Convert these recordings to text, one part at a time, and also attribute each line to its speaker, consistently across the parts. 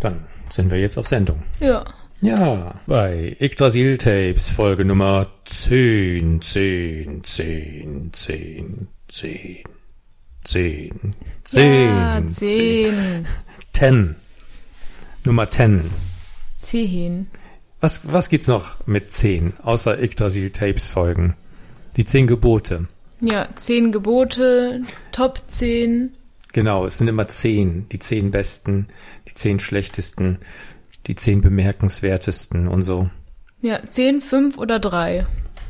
Speaker 1: Dann sind wir jetzt auf Sendung.
Speaker 2: Ja.
Speaker 1: Ja, bei Yggdrasil Tapes Folge Nummer 10, 10, 10, 10, 10, 10, 10,
Speaker 2: ja, zehn.
Speaker 1: 10. Nummer 10.
Speaker 2: Zehn.
Speaker 1: Was, was gibt's noch mit 10 außer Yggdrasil Tapes Folgen? Die 10 Gebote.
Speaker 2: Ja, zehn Gebote, Top 10.
Speaker 1: Genau, es sind immer 10. Die 10 besten, die 10 schlechtesten, die 10 bemerkenswertesten und so.
Speaker 2: Ja, zehn, fünf oder drei.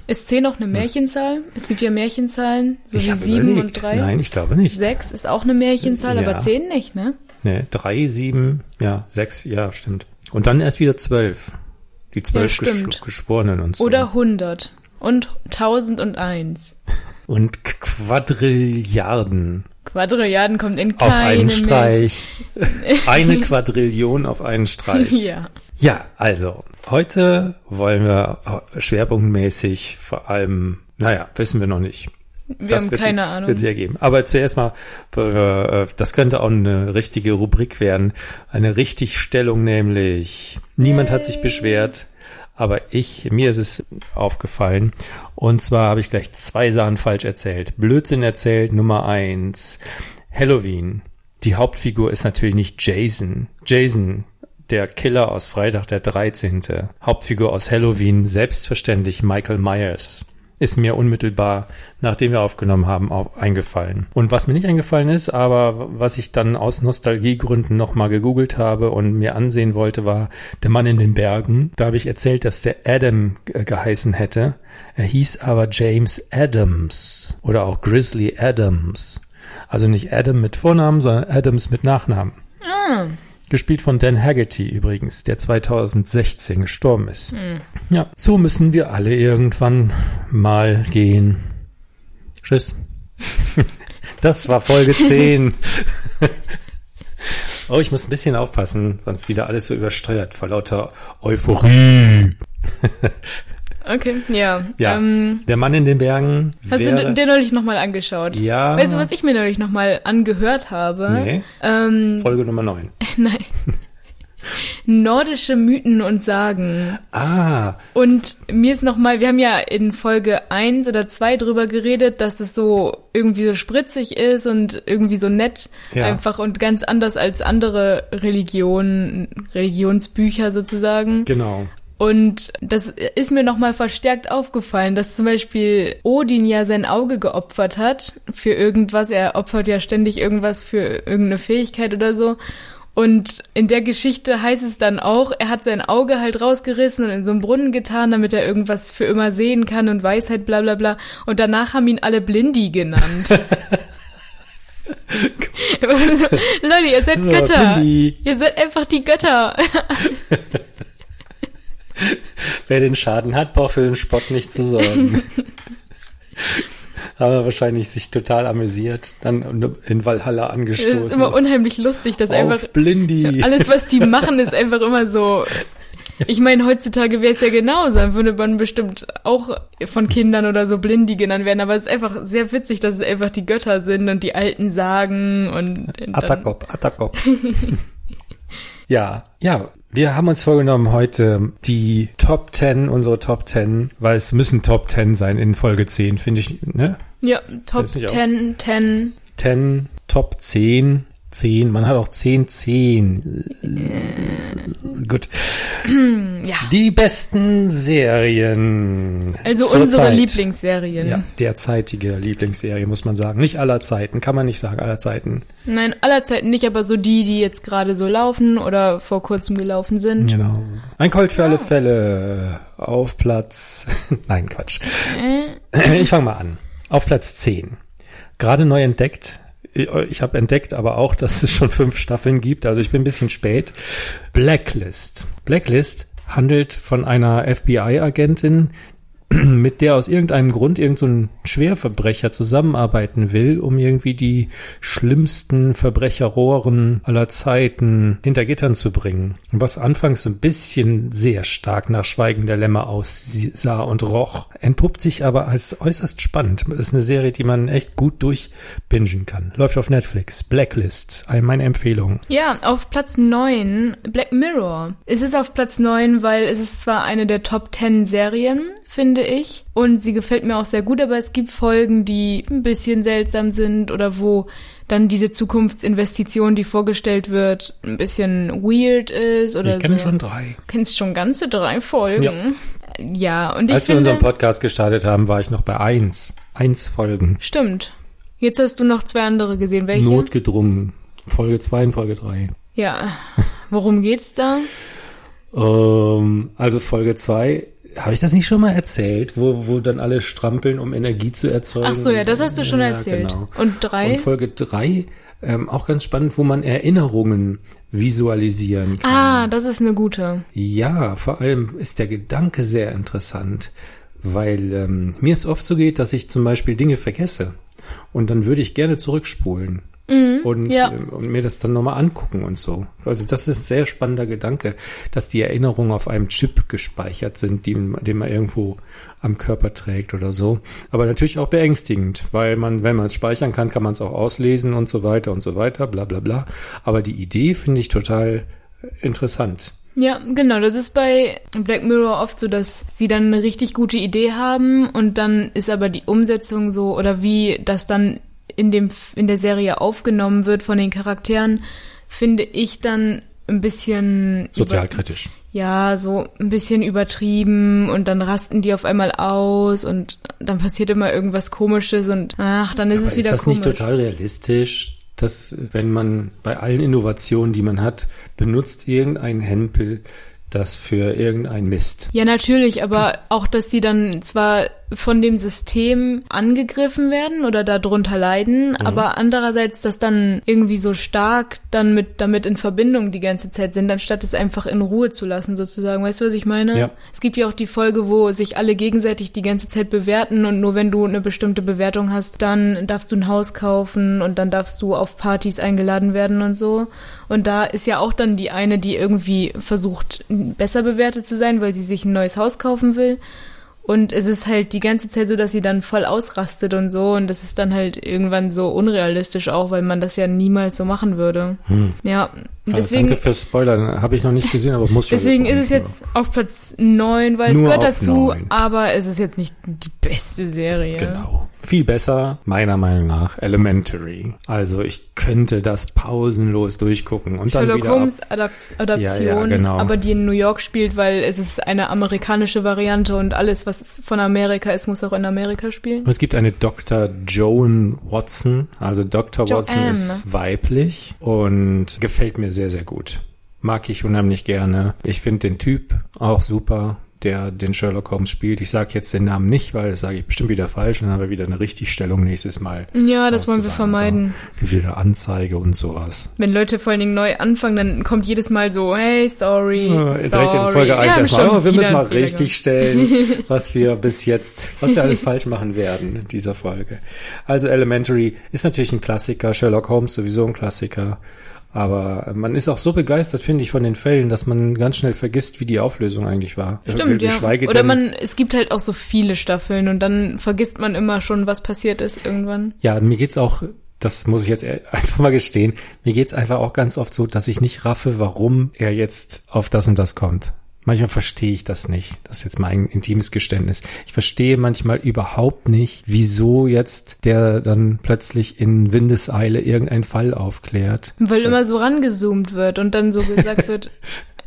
Speaker 2: Ist zehn noch eine Märchenzahl? Es gibt ja Märchenzahlen, so
Speaker 1: Hm. ich
Speaker 2: wie
Speaker 1: hab
Speaker 2: sieben
Speaker 1: überlegt.
Speaker 2: und drei.
Speaker 1: Nein, ich glaube nicht.
Speaker 2: Sechs ist auch eine Märchenzahl,
Speaker 1: Ja.
Speaker 2: aber zehn nicht, ne?
Speaker 1: Ne, drei, sieben, ja, sechs, ja, stimmt. Und dann erst wieder zwölf. Die zwölf
Speaker 2: Ja,
Speaker 1: Gesch
Speaker 2: stimmt.
Speaker 1: Geschworenen und so.
Speaker 2: Oder 100 und 1001.
Speaker 1: und Qu- Quadrilliarden
Speaker 2: Quadrilliarden kommt in
Speaker 1: auf
Speaker 2: keine
Speaker 1: einen
Speaker 2: Märchen-
Speaker 1: Streich. Eine Quadrillion auf einen Streich.
Speaker 2: Ja.
Speaker 1: Ja, also, heute wollen wir schwerpunktmäßig vor allem, naja, wissen wir noch nicht.
Speaker 2: Wir
Speaker 1: das
Speaker 2: haben
Speaker 1: wird
Speaker 2: keine
Speaker 1: sie,
Speaker 2: Ahnung.
Speaker 1: Wird sie ergeben. Aber zuerst mal, äh, das könnte auch eine richtige Rubrik werden. Eine Richtigstellung nämlich. Niemand hat sich beschwert, aber ich, mir ist es aufgefallen. Und zwar habe ich gleich zwei Sachen falsch erzählt. Blödsinn erzählt, Nummer eins. Halloween. Die Hauptfigur ist natürlich nicht Jason. Jason, der Killer aus Freitag der 13. Hauptfigur aus Halloween, selbstverständlich Michael Myers. Ist mir unmittelbar, nachdem wir aufgenommen haben, auf, eingefallen. Und was mir nicht eingefallen ist, aber was ich dann aus Nostalgiegründen nochmal gegoogelt habe und mir ansehen wollte, war Der Mann in den Bergen. Da habe ich erzählt, dass der Adam äh, geheißen hätte. Er hieß aber James Adams oder auch Grizzly Adams. Also nicht Adam mit Vornamen, sondern Adams mit Nachnamen.
Speaker 2: Ah.
Speaker 1: Gespielt von Dan Haggerty übrigens, der 2016 gestorben ist.
Speaker 2: Hm.
Speaker 1: Ja, so müssen wir alle irgendwann mal gehen. Tschüss. Das war Folge 10. Oh, ich muss ein bisschen aufpassen, sonst wieder alles so übersteuert vor lauter Euphorie.
Speaker 2: Okay, ja.
Speaker 1: Ja,
Speaker 2: Ähm,
Speaker 1: der Mann in den Bergen.
Speaker 2: hast
Speaker 1: wäre,
Speaker 2: du dir neulich nochmal angeschaut?
Speaker 1: ja,
Speaker 2: Weißt du, was ich mir neulich nochmal angehört habe?
Speaker 1: Ähm. Nee.
Speaker 2: Ähm,
Speaker 1: Folge Nummer 9.
Speaker 2: nein. Nordische Mythen und Sagen.
Speaker 1: Ah,
Speaker 2: Und mir ist nochmal, wir haben ja in Folge 1 oder 2 drüber geredet, dass es so irgendwie so spritzig ist und irgendwie so nett
Speaker 1: Ja.
Speaker 2: einfach und ganz anders als andere Religionen, Religionsbücher sozusagen.
Speaker 1: genau.
Speaker 2: Und das ist mir nochmal verstärkt aufgefallen, dass zum Beispiel Odin ja sein Auge geopfert hat für irgendwas. Er opfert ja ständig irgendwas für irgendeine Fähigkeit oder so. Und in der Geschichte heißt es dann auch, er hat sein Auge halt rausgerissen und in so einen Brunnen getan, damit er irgendwas für immer sehen kann und Weisheit, bla bla bla. Und danach haben ihn alle Blindi genannt. so, Leute, ihr seid
Speaker 1: Ja,
Speaker 2: Götter.
Speaker 1: Blindi.
Speaker 2: Ihr seid einfach die Götter.
Speaker 1: Wer den Schaden hat, braucht für den Spott nicht zu sorgen. Haben wir wahrscheinlich sich total amüsiert, dann in Valhalla
Speaker 2: Es
Speaker 1: angestoßen.
Speaker 2: ist immer unheimlich lustig, dass einfach
Speaker 1: Auf Blindy.
Speaker 2: alles, was die machen, ist einfach immer so. Ich meine, heutzutage wäre es ja genauso. Dann würde man bestimmt auch von Kindern oder so Blindi genannt werden. Aber es ist einfach sehr witzig, dass es einfach die Götter sind und die alten Sagen und. und dann,
Speaker 1: Atakop, Atakop. ja, ja. Wir haben uns vorgenommen, heute die Top 10, unsere Top 10, weil es müssen Top 10 sein in Folge 10, finde ich, ne?
Speaker 2: ja, Top
Speaker 1: Weiß nicht auch.
Speaker 2: 10, 10.
Speaker 1: 10, Top 10, 10, man hat auch 10, 10. Gut.
Speaker 2: Hm, Ja.
Speaker 1: Die besten Serien.
Speaker 2: Also
Speaker 1: zur
Speaker 2: unsere
Speaker 1: Zeit.
Speaker 2: Lieblingsserien.
Speaker 1: Ja, derzeitige Lieblingsserie, muss man sagen. Nicht aller Zeiten, kann man nicht sagen, aller Zeiten.
Speaker 2: Nein, aller Zeiten nicht, aber so die, die jetzt gerade so laufen oder vor kurzem gelaufen sind.
Speaker 1: Genau. Ein Colt für alle Fälle. Auf Platz. Nein, Quatsch.
Speaker 2: äh,
Speaker 1: Ich fange mal an. Auf Platz 10. Gerade neu entdeckt. Ich habe entdeckt aber auch, dass es schon fünf Staffeln gibt. Also ich bin ein bisschen spät. Blacklist. Blacklist handelt von einer FBI-Agentin, mit der aus irgendeinem Grund irgend so ein Schwerverbrecher zusammenarbeiten will, um irgendwie die schlimmsten Verbrecherrohren aller Zeiten hinter Gittern zu bringen. Was anfangs ein bisschen sehr stark nach Schweigen der Lämmer aussah und roch, entpuppt sich aber als äußerst spannend. Das ist eine Serie, die man echt gut durchbingen kann. Läuft auf Netflix. Blacklist. All meine Empfehlung.
Speaker 2: Ja, auf Platz 9 Black Mirror. Es ist auf Platz 9, weil es ist zwar eine der Top 10 Serien, finde ich. Und sie gefällt mir auch sehr gut, aber es gibt Folgen, die ein bisschen seltsam sind oder wo dann diese Zukunftsinvestition, die vorgestellt wird, ein bisschen weird ist oder
Speaker 1: Ich kenne
Speaker 2: so.
Speaker 1: schon drei.
Speaker 2: Kennst schon ganze drei Folgen. Ja, und ich
Speaker 1: Als wir
Speaker 2: finde,
Speaker 1: unseren Podcast gestartet haben, war ich noch bei eins. Eins Folgen.
Speaker 2: stimmt. Jetzt hast du noch zwei andere gesehen. Welche?
Speaker 1: Notgedrungen. Folge zwei und Folge drei.
Speaker 2: Ja. Worum geht's da?
Speaker 1: Ähm, also Folge 2, habe ich das nicht schon mal erzählt, wo, wo dann alle strampeln, um Energie zu erzeugen? genau.
Speaker 2: Ach so, ja, das hast du schon erzählt. Und drei?
Speaker 1: Und Folge 3, ähm, auch ganz spannend, wo man Erinnerungen visualisieren kann.
Speaker 2: Ah, das ist eine gute.
Speaker 1: Ja, vor allem ist der Gedanke sehr interessant, weil ähm, mir es oft so geht, dass ich zum Beispiel Dinge vergesse und dann würde ich gerne zurückspulen und,
Speaker 2: ja.
Speaker 1: ähm, und mir das dann nochmal angucken und so. Also das ist ein sehr spannender Gedanke, dass die Erinnerungen auf einem Chip gespeichert sind, die, den man irgendwo am Körper trägt oder so. Aber natürlich auch beängstigend, weil man, wenn man es speichern kann, kann man es auch auslesen und so weiter und so weiter, bla bla bla. Aber die Idee finde ich total äh, interessant.
Speaker 2: Ja, genau. Das ist bei Black Mirror oft so, dass sie dann eine richtig gute Idee haben und dann ist aber die Umsetzung so oder wie das dann in dem in der Serie aufgenommen wird von den Charakteren, finde ich dann ein bisschen über-
Speaker 1: Sozialkritisch.
Speaker 2: ja, so ein bisschen übertrieben und dann rasten die auf einmal aus und dann passiert immer irgendwas komisches und ach, dann ist
Speaker 1: Aber
Speaker 2: es wieder
Speaker 1: ist das
Speaker 2: komisch.
Speaker 1: nicht total realistisch, dass wenn man bei allen Innovationen, die man hat, benutzt irgendeinen Hempel das für irgendeinen Mist?
Speaker 2: Ja, natürlich, aber auch, dass sie dann zwar von dem System angegriffen werden oder darunter leiden, aber andererseits, dass dann irgendwie so stark dann mit, damit in Verbindung die ganze Zeit sind, anstatt es einfach in Ruhe zu lassen, sozusagen. Weißt du, was ich meine?
Speaker 1: Ja.
Speaker 2: Es gibt ja auch die Folge, wo sich alle gegenseitig die ganze Zeit bewerten und nur wenn du eine bestimmte Bewertung hast, dann darfst du ein Haus kaufen und dann darfst du auf Partys eingeladen werden und so. Und da ist ja auch dann die eine, die irgendwie versucht, besser bewertet zu sein, weil sie sich ein neues Haus kaufen will. Und es ist halt die ganze Zeit so, dass sie dann voll ausrastet und so. Und das ist dann halt irgendwann so unrealistisch auch, weil man das ja niemals so machen würde. Ja,
Speaker 1: Also
Speaker 2: deswegen,
Speaker 1: Danke fürs Spoilern, habe ich noch nicht gesehen, aber muss schon.
Speaker 2: deswegen
Speaker 1: jetzt
Speaker 2: ist es
Speaker 1: auch
Speaker 2: jetzt auf Platz neun, weil es
Speaker 1: Nur
Speaker 2: gehört
Speaker 1: auf
Speaker 2: dazu,
Speaker 1: neun.
Speaker 2: aber es ist jetzt nicht die beste Serie.
Speaker 1: Genau. Viel besser, meiner Meinung nach, Elementary. Also ich könnte das pausenlos durchgucken und dann
Speaker 2: Sherlock
Speaker 1: wieder ab
Speaker 2: Holmes Adapt Adaption,
Speaker 1: Ja, ja, genau.
Speaker 2: aber die in New York spielt, weil es ist eine amerikanische Variante und alles, was von Amerika ist, muss auch in Amerika spielen.
Speaker 1: Es gibt eine Dr. Joan Watson. Also Dr. Watson
Speaker 2: Joanne.
Speaker 1: ist weiblich und gefällt mir sehr, sehr gut. Mag ich unheimlich gerne. Ich finde den Typ auch super, der den Sherlock Holmes spielt. Ich sage jetzt den Namen nicht, weil das sage ich bestimmt wieder falsch und dann haben wir wieder eine Richtigstellung nächstes Mal.
Speaker 2: Ja, das wollen wir vermeiden.
Speaker 1: Wie viele Anzeige und sowas.
Speaker 2: Wenn Leute vor allen Dingen neu anfangen, dann kommt jedes Mal so, hey, sorry,
Speaker 1: Äh, Jetzt
Speaker 2: sorry.
Speaker 1: direkt in Folge 1
Speaker 2: haben
Speaker 1: erstmal.
Speaker 2: schon
Speaker 1: Oh, wir
Speaker 2: wieder
Speaker 1: müssen mal
Speaker 2: einen Fehler
Speaker 1: richtig stellen, was wir bis jetzt, was wir alles falsch machen werden in dieser Folge. Also Elementary ist natürlich ein Klassiker, Sherlock Holmes sowieso ein Klassiker. Aber man ist auch so begeistert, finde ich, von den Fällen, dass man ganz schnell vergisst, wie die Auflösung eigentlich war.
Speaker 2: Stimmt, ja.
Speaker 1: Geschweige
Speaker 2: Oder
Speaker 1: denn-
Speaker 2: man, es gibt halt auch so viele Staffeln und dann vergisst man immer schon, was passiert ist irgendwann.
Speaker 1: Ja, mir geht's auch, das muss ich jetzt e- einfach mal gestehen, mir geht's einfach auch ganz oft so, dass ich nicht raffe, warum er jetzt auf das und das kommt. Manchmal verstehe ich das nicht. Das ist jetzt mein intimes Geständnis. Ich verstehe manchmal überhaupt nicht, wieso jetzt der dann plötzlich in Windeseile irgendeinen Fall aufklärt.
Speaker 2: Weil immer so rangezoomt wird und dann so gesagt wird,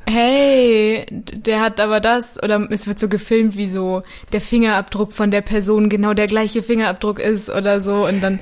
Speaker 2: hey, d- der hat aber das. Oder es wird so gefilmt, wie so der Fingerabdruck von der Person genau der gleiche Fingerabdruck ist oder so. Und dann,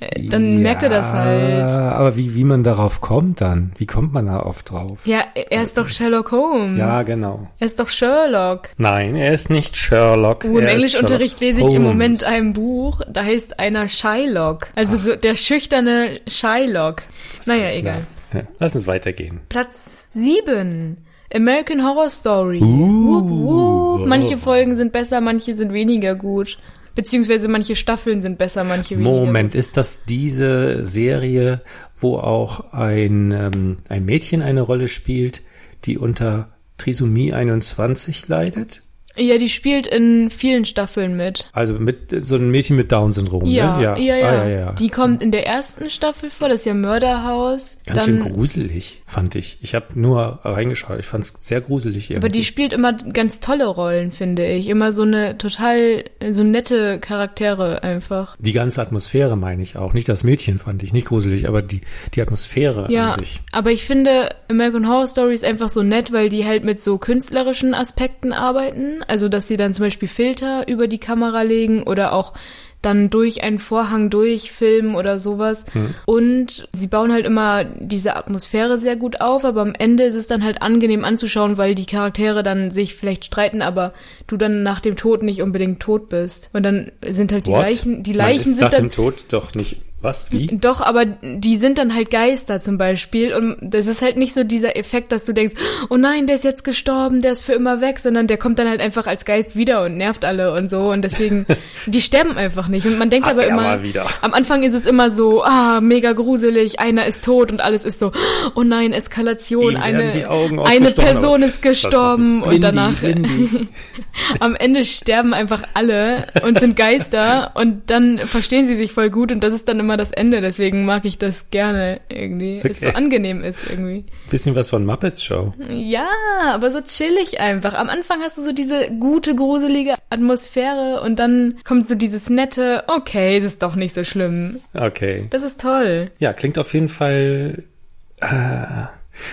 Speaker 2: äh, dann merkt er das halt.
Speaker 1: Ja, Aber wie, wie man darauf kommt dann? Wie kommt man da oft drauf?
Speaker 2: Ja, er ist doch Sherlock Holmes.
Speaker 1: Ja, genau.
Speaker 2: Er ist doch Sherlock.
Speaker 1: Nein, er ist nicht Sherlock.
Speaker 2: Oh, Im
Speaker 1: er ist
Speaker 2: Englischunterricht
Speaker 1: Sherlock
Speaker 2: lese ich im
Speaker 1: Holmes.
Speaker 2: Moment ein Buch, da heißt einer Shylock. Also so der schüchterne Shylock. Naja,
Speaker 1: Halt,
Speaker 2: egal.
Speaker 1: Ja. Ja, Lass uns weitergehen.
Speaker 2: Platz sieben American Horror Story. Whoop, whoop. Manche Folgen sind besser, manche sind weniger gut. Beziehungsweise manche Staffeln sind besser, manche weniger.
Speaker 1: Moment, ist das diese Serie, wo auch ein, ähm, ein Mädchen eine Rolle spielt, die unter Trisomie 21 leidet?
Speaker 2: Gut. Ja, die spielt in vielen Staffeln mit.
Speaker 1: Also mit so ein Mädchen mit Down-Syndrom,
Speaker 2: Ja,
Speaker 1: ne?
Speaker 2: ja, ja.
Speaker 1: Ah, ja, ja.
Speaker 2: Die kommt in der ersten Staffel vor, das ist ja Mörderhaus.
Speaker 1: Ganz
Speaker 2: Dann,
Speaker 1: schön gruselig, fand ich. Ich habe nur reingeschaut. Ich fand es sehr gruselig irgendwie.
Speaker 2: aber die spielt immer ganz tolle Rollen, finde ich. Immer so eine total, so nette Charaktere einfach.
Speaker 1: Die ganze Atmosphäre meine ich auch. Nicht das Mädchen fand ich nicht gruselig, aber die, die Atmosphäre
Speaker 2: Ja,
Speaker 1: an sich.
Speaker 2: aber ich finde American Horror Story ist einfach so nett, weil die halt mit so künstlerischen Aspekten arbeiten. Also, dass sie dann zum Beispiel Filter über die Kamera legen oder auch dann durch einen Vorhang durchfilmen oder sowas.
Speaker 1: Hm.
Speaker 2: Und sie bauen halt immer diese Atmosphäre sehr gut auf, aber am Ende ist es dann halt angenehm anzuschauen, weil die Charaktere dann sich vielleicht streiten, aber du dann nach dem Tod nicht unbedingt tot bist. Und dann sind halt die
Speaker 1: What?
Speaker 2: Leichen, die
Speaker 1: Man
Speaker 2: Leichen
Speaker 1: ist
Speaker 2: sind
Speaker 1: nach
Speaker 2: dann
Speaker 1: dem Tod doch nicht. Was? Wie?
Speaker 2: doch, aber die sind dann halt Geister zum Beispiel. Und das ist halt nicht so dieser Effekt, dass du denkst, oh nein, der ist jetzt gestorben, der ist für immer weg, sondern der kommt dann halt einfach als Geist wieder und nervt alle und so. Und deswegen, die sterben einfach nicht. Und man denkt
Speaker 1: Ach,
Speaker 2: aber
Speaker 1: ja,
Speaker 2: immer,
Speaker 1: mal wieder.
Speaker 2: am Anfang ist es immer so, ah, mega gruselig, einer ist tot und alles ist so, oh nein, Eskalation,
Speaker 1: Ihm werden
Speaker 2: eine,
Speaker 1: die Augen
Speaker 2: eine
Speaker 1: ausgestochen, aber
Speaker 2: Person ist
Speaker 1: das macht nichts.
Speaker 2: gestorben und
Speaker 1: Blindy,
Speaker 2: danach.
Speaker 1: Blindy.
Speaker 2: Am Ende sterben einfach alle und sind Geister und dann verstehen sie sich voll gut und das ist dann immer das Ende. Deswegen mag ich das gerne irgendwie, weil es so
Speaker 1: Okay.
Speaker 2: angenehm ist irgendwie.
Speaker 1: Bisschen was von Muppet Show.
Speaker 2: Ja, aber so chillig einfach. Am Anfang hast du so diese gute, gruselige Atmosphäre und dann kommt so dieses nette, okay, es ist doch nicht so schlimm.
Speaker 1: Okay.
Speaker 2: Das ist toll.
Speaker 1: Ja, klingt auf jeden Fall. Äh,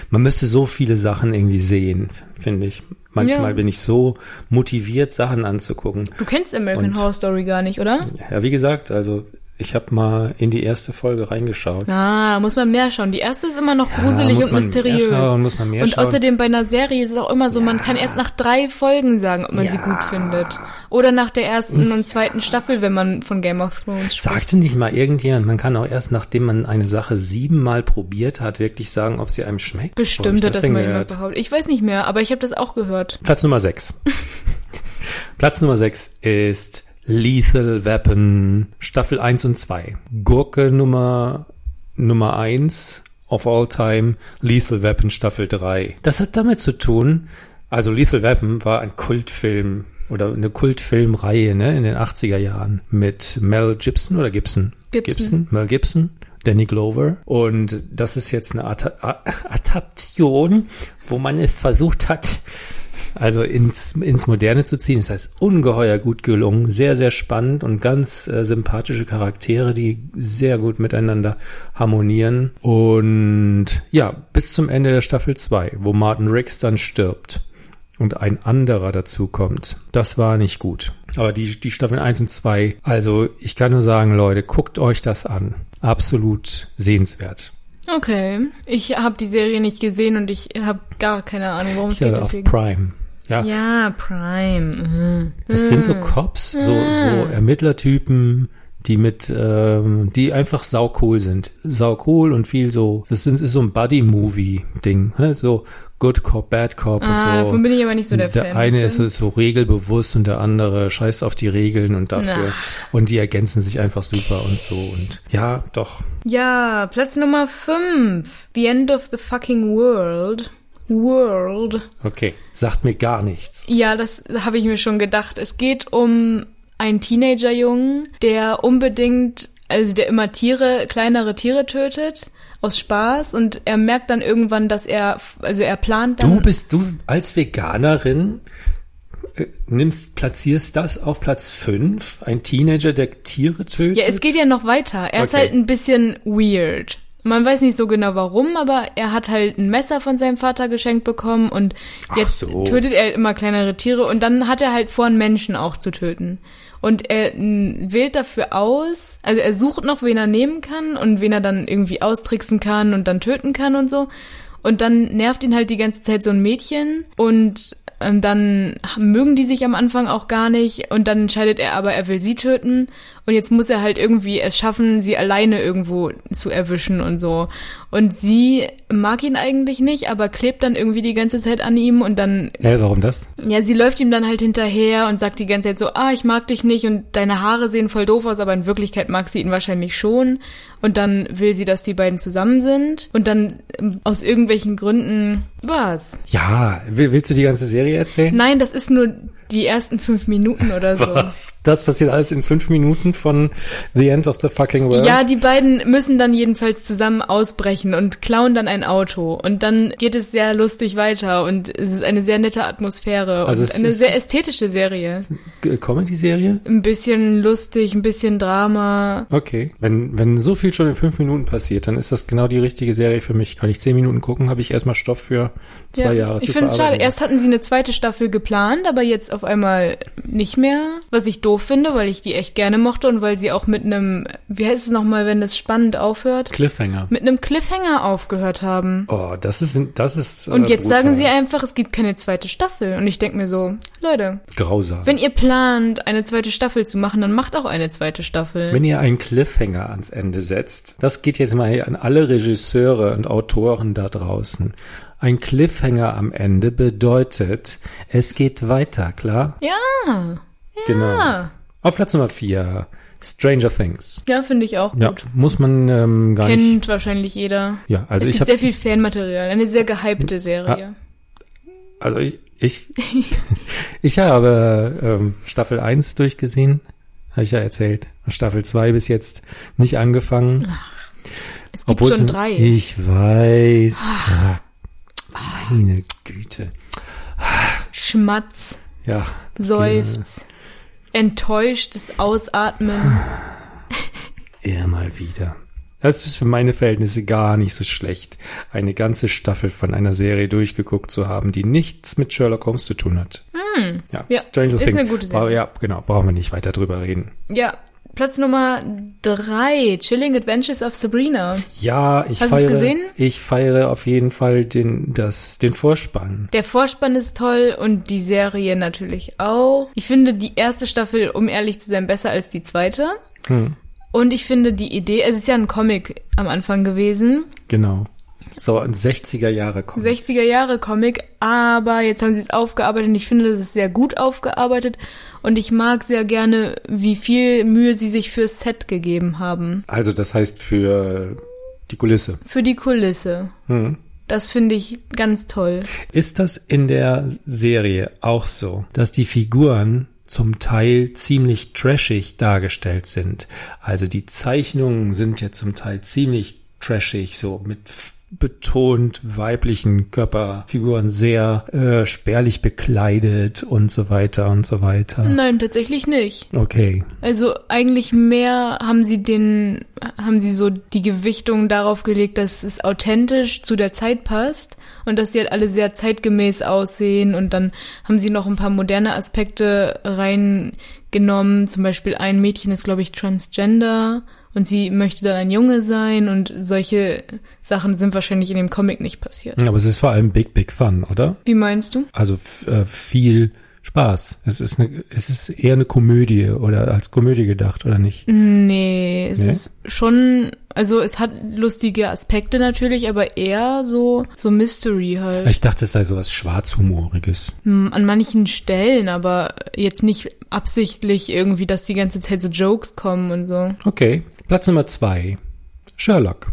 Speaker 1: man müsste so viele Sachen irgendwie sehen, finde ich. Manchmal
Speaker 2: Ja.
Speaker 1: bin ich so motiviert, Sachen anzugucken.
Speaker 2: Du kennst American
Speaker 1: Und-
Speaker 2: Horror Story gar nicht, oder?
Speaker 1: Ja, wie gesagt, also ich habe mal in die erste Folge reingeschaut.
Speaker 2: Ah, muss man mehr schauen. Die erste ist immer noch gruselig
Speaker 1: muss
Speaker 2: und
Speaker 1: man mehr
Speaker 2: mysteriös.
Speaker 1: schauen, muss man mehr
Speaker 2: und
Speaker 1: schauen.
Speaker 2: außerdem bei einer Serie ist es auch immer so, man kann erst nach drei Folgen sagen, ob man sie gut findet. Oder nach der ersten und zweiten Staffel, wenn man von Game of Thrones spricht.
Speaker 1: Sagte nicht mal irgendjemand, man kann auch erst nachdem man eine Sache siebenmal probiert hat, wirklich sagen, ob sie einem schmeckt. Wo hab ich
Speaker 2: Bestimmt hat das,
Speaker 1: denn
Speaker 2: mal jemand
Speaker 1: gehört?
Speaker 2: behauptet. Ich weiß nicht mehr, aber ich habe das auch gehört.
Speaker 1: Platz Nummer 6. Platz Nummer 6 ist Lethal Weapon Staffel 1 und 2. Gurke Nummer Nummer 1 of all time Lethal Weapon Staffel 3. Das hat damit zu tun, also Lethal Weapon war ein Kultfilm oder eine Kultfilmreihe, ne, in den 80er Jahren mit Mel Gibson oder Gibson?
Speaker 2: Gibson.
Speaker 1: Mel Gibson. Danny Glover. Und das ist jetzt eine Ata- A- Adaption, wo man es versucht hat, also ins, ins Moderne zu ziehen. Das heißt, ungeheuer gut gelungen, sehr, sehr spannend und ganz äh, sympathische Charaktere, die sehr gut miteinander harmonieren. Und ja, bis zum Ende der Staffel 2, wo Martin Riggs dann stirbt und ein anderer dazu kommt. Das war nicht gut. Aber die, die Staffeln 1 und 2, also ich kann nur sagen, Leute, guckt euch das an. Absolut sehenswert.
Speaker 2: Okay. Ich habe die Serie nicht gesehen und ich habe gar keine Ahnung, worum es
Speaker 1: Ja,
Speaker 2: geht.
Speaker 1: auf
Speaker 2: Deswegen.
Speaker 1: Prime. Ja,
Speaker 2: Ja, Prime. Äh.
Speaker 1: das sind so Cops, so, so
Speaker 2: Mm.
Speaker 1: Ermittlertypen, die mit, ähm, die einfach saucool sind. Saucool und viel so, das sind, ist so ein Buddy-Movie-Ding, hä? so Good Cop, Bad Cop und so.
Speaker 2: Ah, davon bin ich aber nicht so der, Fan.
Speaker 1: eine ist,
Speaker 2: weißt du?
Speaker 1: ist so regelbewusst und der andere scheißt auf die Regeln und dafür. Und die ergänzen sich einfach super und so. Und ja, doch.
Speaker 2: Ja, Platz Nummer 5. The End of the Fucking World. World.
Speaker 1: Okay. Sagt mir gar nichts.
Speaker 2: Ja, das habe ich mir schon gedacht. Es geht um einen Teenagerjungen, der unbedingt, also der immer Tiere, kleinere Tiere tötet aus Spaß und er merkt dann irgendwann, dass er, also er plant dann.
Speaker 1: Du bist du als Veganerin äh, nimmst, platzierst das auf Platz 5? Ein Teenager, der Tiere tötet?
Speaker 2: ja, es geht ja noch weiter. Er ist
Speaker 1: Okay.
Speaker 2: halt ein bisschen weird. Man weiß nicht so genau warum, aber er hat halt ein Messer von seinem Vater geschenkt bekommen und
Speaker 1: Ach
Speaker 2: jetzt
Speaker 1: so.
Speaker 2: tötet er immer kleinere Tiere und dann hat er halt vor, einen Menschen auch zu töten. Und er m, wählt dafür aus, also er sucht noch, wen er nehmen kann und wen er dann irgendwie austricksen kann und dann töten kann und so. Und dann nervt ihn halt die ganze Zeit so ein Mädchen und ähm, dann mögen die sich am Anfang auch gar nicht und dann entscheidet er aber, er will sie töten Und jetzt muss er halt irgendwie es schaffen, sie alleine irgendwo zu erwischen und so. Und sie mag ihn eigentlich nicht, aber klebt dann irgendwie die ganze Zeit an ihm und dann.
Speaker 1: Hä, warum das?
Speaker 2: Ja, sie läuft ihm dann halt hinterher und sagt die ganze Zeit so, ah, ich mag dich nicht und deine Haare sehen voll doof aus, aber in Wirklichkeit mag sie ihn wahrscheinlich schon. Und dann will sie, dass die beiden zusammen sind. Und dann ähm, aus irgendwelchen Gründen war's.
Speaker 1: Ja, will, willst du die ganze Serie erzählen?
Speaker 2: Nein, das ist nur die ersten fünf Minuten oder so.
Speaker 1: Was? Das passiert alles in fünf Minuten von The End of the Fucking World?
Speaker 2: Ja, die beiden müssen dann jedenfalls zusammen ausbrechen und klauen dann ein Auto. Und dann geht es sehr lustig weiter und es ist eine sehr nette Atmosphäre
Speaker 1: Also
Speaker 2: und
Speaker 1: es
Speaker 2: eine
Speaker 1: ist-
Speaker 2: sehr ästhetische Serie.
Speaker 1: G- äh, Comedy-Serie?
Speaker 2: Ein bisschen lustig, ein bisschen Drama.
Speaker 1: Okay. Wenn, wenn so viel schon in fünf Minuten passiert, dann ist das genau die richtige Serie für mich. Kann ich zehn Minuten gucken, habe ich erstmal Stoff für zwei
Speaker 2: Ja,
Speaker 1: Jahre
Speaker 2: Ich
Speaker 1: zu
Speaker 2: finde es schade.
Speaker 1: verarbeiten.
Speaker 2: Erst hatten sie eine zweite Staffel geplant, aber jetzt auf einmal nicht mehr. Was ich doof finde, weil ich die echt gerne mochte und weil sie auch mit einem, wie heißt es nochmal, wenn das spannend aufhört?
Speaker 1: Cliffhanger.
Speaker 2: Mit einem Cliffhanger aufgehört haben.
Speaker 1: Oh, das ist, das ist.
Speaker 2: Und
Speaker 1: äh,
Speaker 2: jetzt
Speaker 1: brutal.
Speaker 2: sagen sie einfach, es gibt keine zweite Staffel. Und ich denke mir so, Leute,
Speaker 1: Grausam.
Speaker 2: wenn ihr plant, eine zweite Staffel zu machen, dann macht auch eine zweite Staffel.
Speaker 1: Wenn ihr einen Cliffhanger ans Ende setzt, das geht jetzt mal an alle Regisseure und Autoren da draußen. Ein Cliffhanger am Ende bedeutet, es geht weiter, klar?
Speaker 2: ja,
Speaker 1: Genau. Auf Platz Nummer vier Stranger Things.
Speaker 2: Ah, ja, finde ich auch
Speaker 1: Ja,
Speaker 2: gut.
Speaker 1: muss man ähm, gar nicht.
Speaker 2: Kennt wahrscheinlich jeder.
Speaker 1: Ja, also
Speaker 2: es
Speaker 1: ich
Speaker 2: gibt
Speaker 1: hab,
Speaker 2: sehr viel Fanmaterial, eine sehr gehypte Serie.
Speaker 1: also ich, ich, ich habe ähm, Staffel 1 durchgesehen, habe ich ja erzählt. Staffel 2 bis jetzt nicht angefangen.
Speaker 2: es gibt
Speaker 1: es-
Speaker 2: schon drei.
Speaker 1: Ich weiß. Ah, Meine Güte.
Speaker 2: Schmatz,
Speaker 1: Ja. das geht
Speaker 2: Seufz, enttäuschtes Ausatmen.
Speaker 1: Immer mal wieder. Das ist für meine Verhältnisse gar nicht so schlecht, eine ganze Staffel von einer Serie durchgeguckt zu haben, die nichts mit Sherlock Holmes zu tun hat. Ja,
Speaker 2: Hm. Ja,
Speaker 1: Stranger
Speaker 2: ist
Speaker 1: Things.
Speaker 2: eine gute Serie.
Speaker 1: Aber ja, genau, brauchen wir nicht weiter drüber reden.
Speaker 2: Ja, Platz Nummer drei, Chilling Adventures of Sabrina.
Speaker 1: Ja, ich
Speaker 2: Hast du's
Speaker 1: feiere.
Speaker 2: gesehen?
Speaker 1: Ich feiere auf jeden Fall den, das, den Vorspann.
Speaker 2: Der Vorspann ist toll und die Serie natürlich auch. Ich finde die erste Staffel, um ehrlich zu sein, besser als die zweite.
Speaker 1: Hm,
Speaker 2: Und ich finde die Idee, es ist ja ein Comic am Anfang gewesen,
Speaker 1: genau. So ein 60er Jahre kommt.
Speaker 2: 60er Jahre Comic, aber jetzt haben sie es aufgearbeitet und ich finde, das ist sehr gut aufgearbeitet und ich mag sehr gerne, wie viel Mühe sie sich fürs Set gegeben haben,
Speaker 1: Also das heißt für die Kulisse.
Speaker 2: für die Kulisse.
Speaker 1: Hm.
Speaker 2: Das finde ich ganz toll.
Speaker 1: Ist das in der Serie auch so, dass die Figuren zum Teil ziemlich trashig dargestellt sind? Also die Zeichnungen sind ja zum Teil ziemlich trashig, so mit f- betont weiblichen Körperfiguren sehr äh, spärlich bekleidet und so weiter und so weiter.
Speaker 2: Nein, tatsächlich nicht.
Speaker 1: Okay.
Speaker 2: Also eigentlich mehr haben sie den, haben sie so die Gewichtung darauf gelegt, dass es authentisch zu der Zeit passt und dass sie halt alle sehr zeitgemäß aussehen und dann haben sie noch ein paar moderne Aspekte reingenommen. Zum Beispiel ein Mädchen ist, glaube ich, transgender und sie möchte dann ein Junge sein und solche Sachen sind wahrscheinlich in dem Comic nicht passiert.
Speaker 1: Aber es ist vor allem Big Big Fun, oder?
Speaker 2: Wie meinst du?
Speaker 1: Also f- äh, viel Spaß. Es ist, eine, es ist eher eine Komödie oder als Komödie gedacht, oder nicht?
Speaker 2: Nee, es
Speaker 1: Nee?
Speaker 2: ist schon, also es hat lustige Aspekte natürlich, aber eher so, so Mystery halt.
Speaker 1: Ich dachte, es sei sowas Schwarzhumoriges.
Speaker 2: Hm, An manchen Stellen, aber jetzt nicht absichtlich irgendwie, dass die ganze Zeit so Jokes kommen und so.
Speaker 1: Okay. Platz Nummer zwei. Sherlock.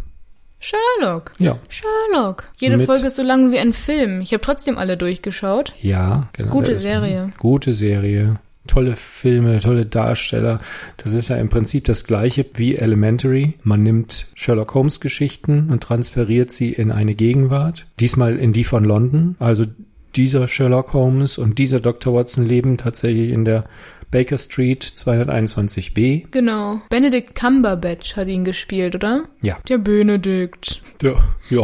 Speaker 2: Sherlock.
Speaker 1: Ja.
Speaker 2: Sherlock. Jede
Speaker 1: Mit-
Speaker 2: Folge ist so lang wie ein Film. Ich habe trotzdem alle durchgeschaut.
Speaker 1: Ja, genau.
Speaker 2: Gute
Speaker 1: der ist-
Speaker 2: Serie.
Speaker 1: Gute Serie. Tolle Filme, tolle Darsteller. Das ist ja im Prinzip das gleiche wie Elementary. Man nimmt Sherlock Holmes Geschichten und transferiert sie in eine Gegenwart. Diesmal in die von London. Also dieser Sherlock Holmes und dieser Dr. Watson leben tatsächlich in der Baker Street 221b.
Speaker 2: Genau. Benedict Cumberbatch hat ihn gespielt, oder?
Speaker 1: Ja.
Speaker 2: Der Benedikt.
Speaker 1: Ja, ja.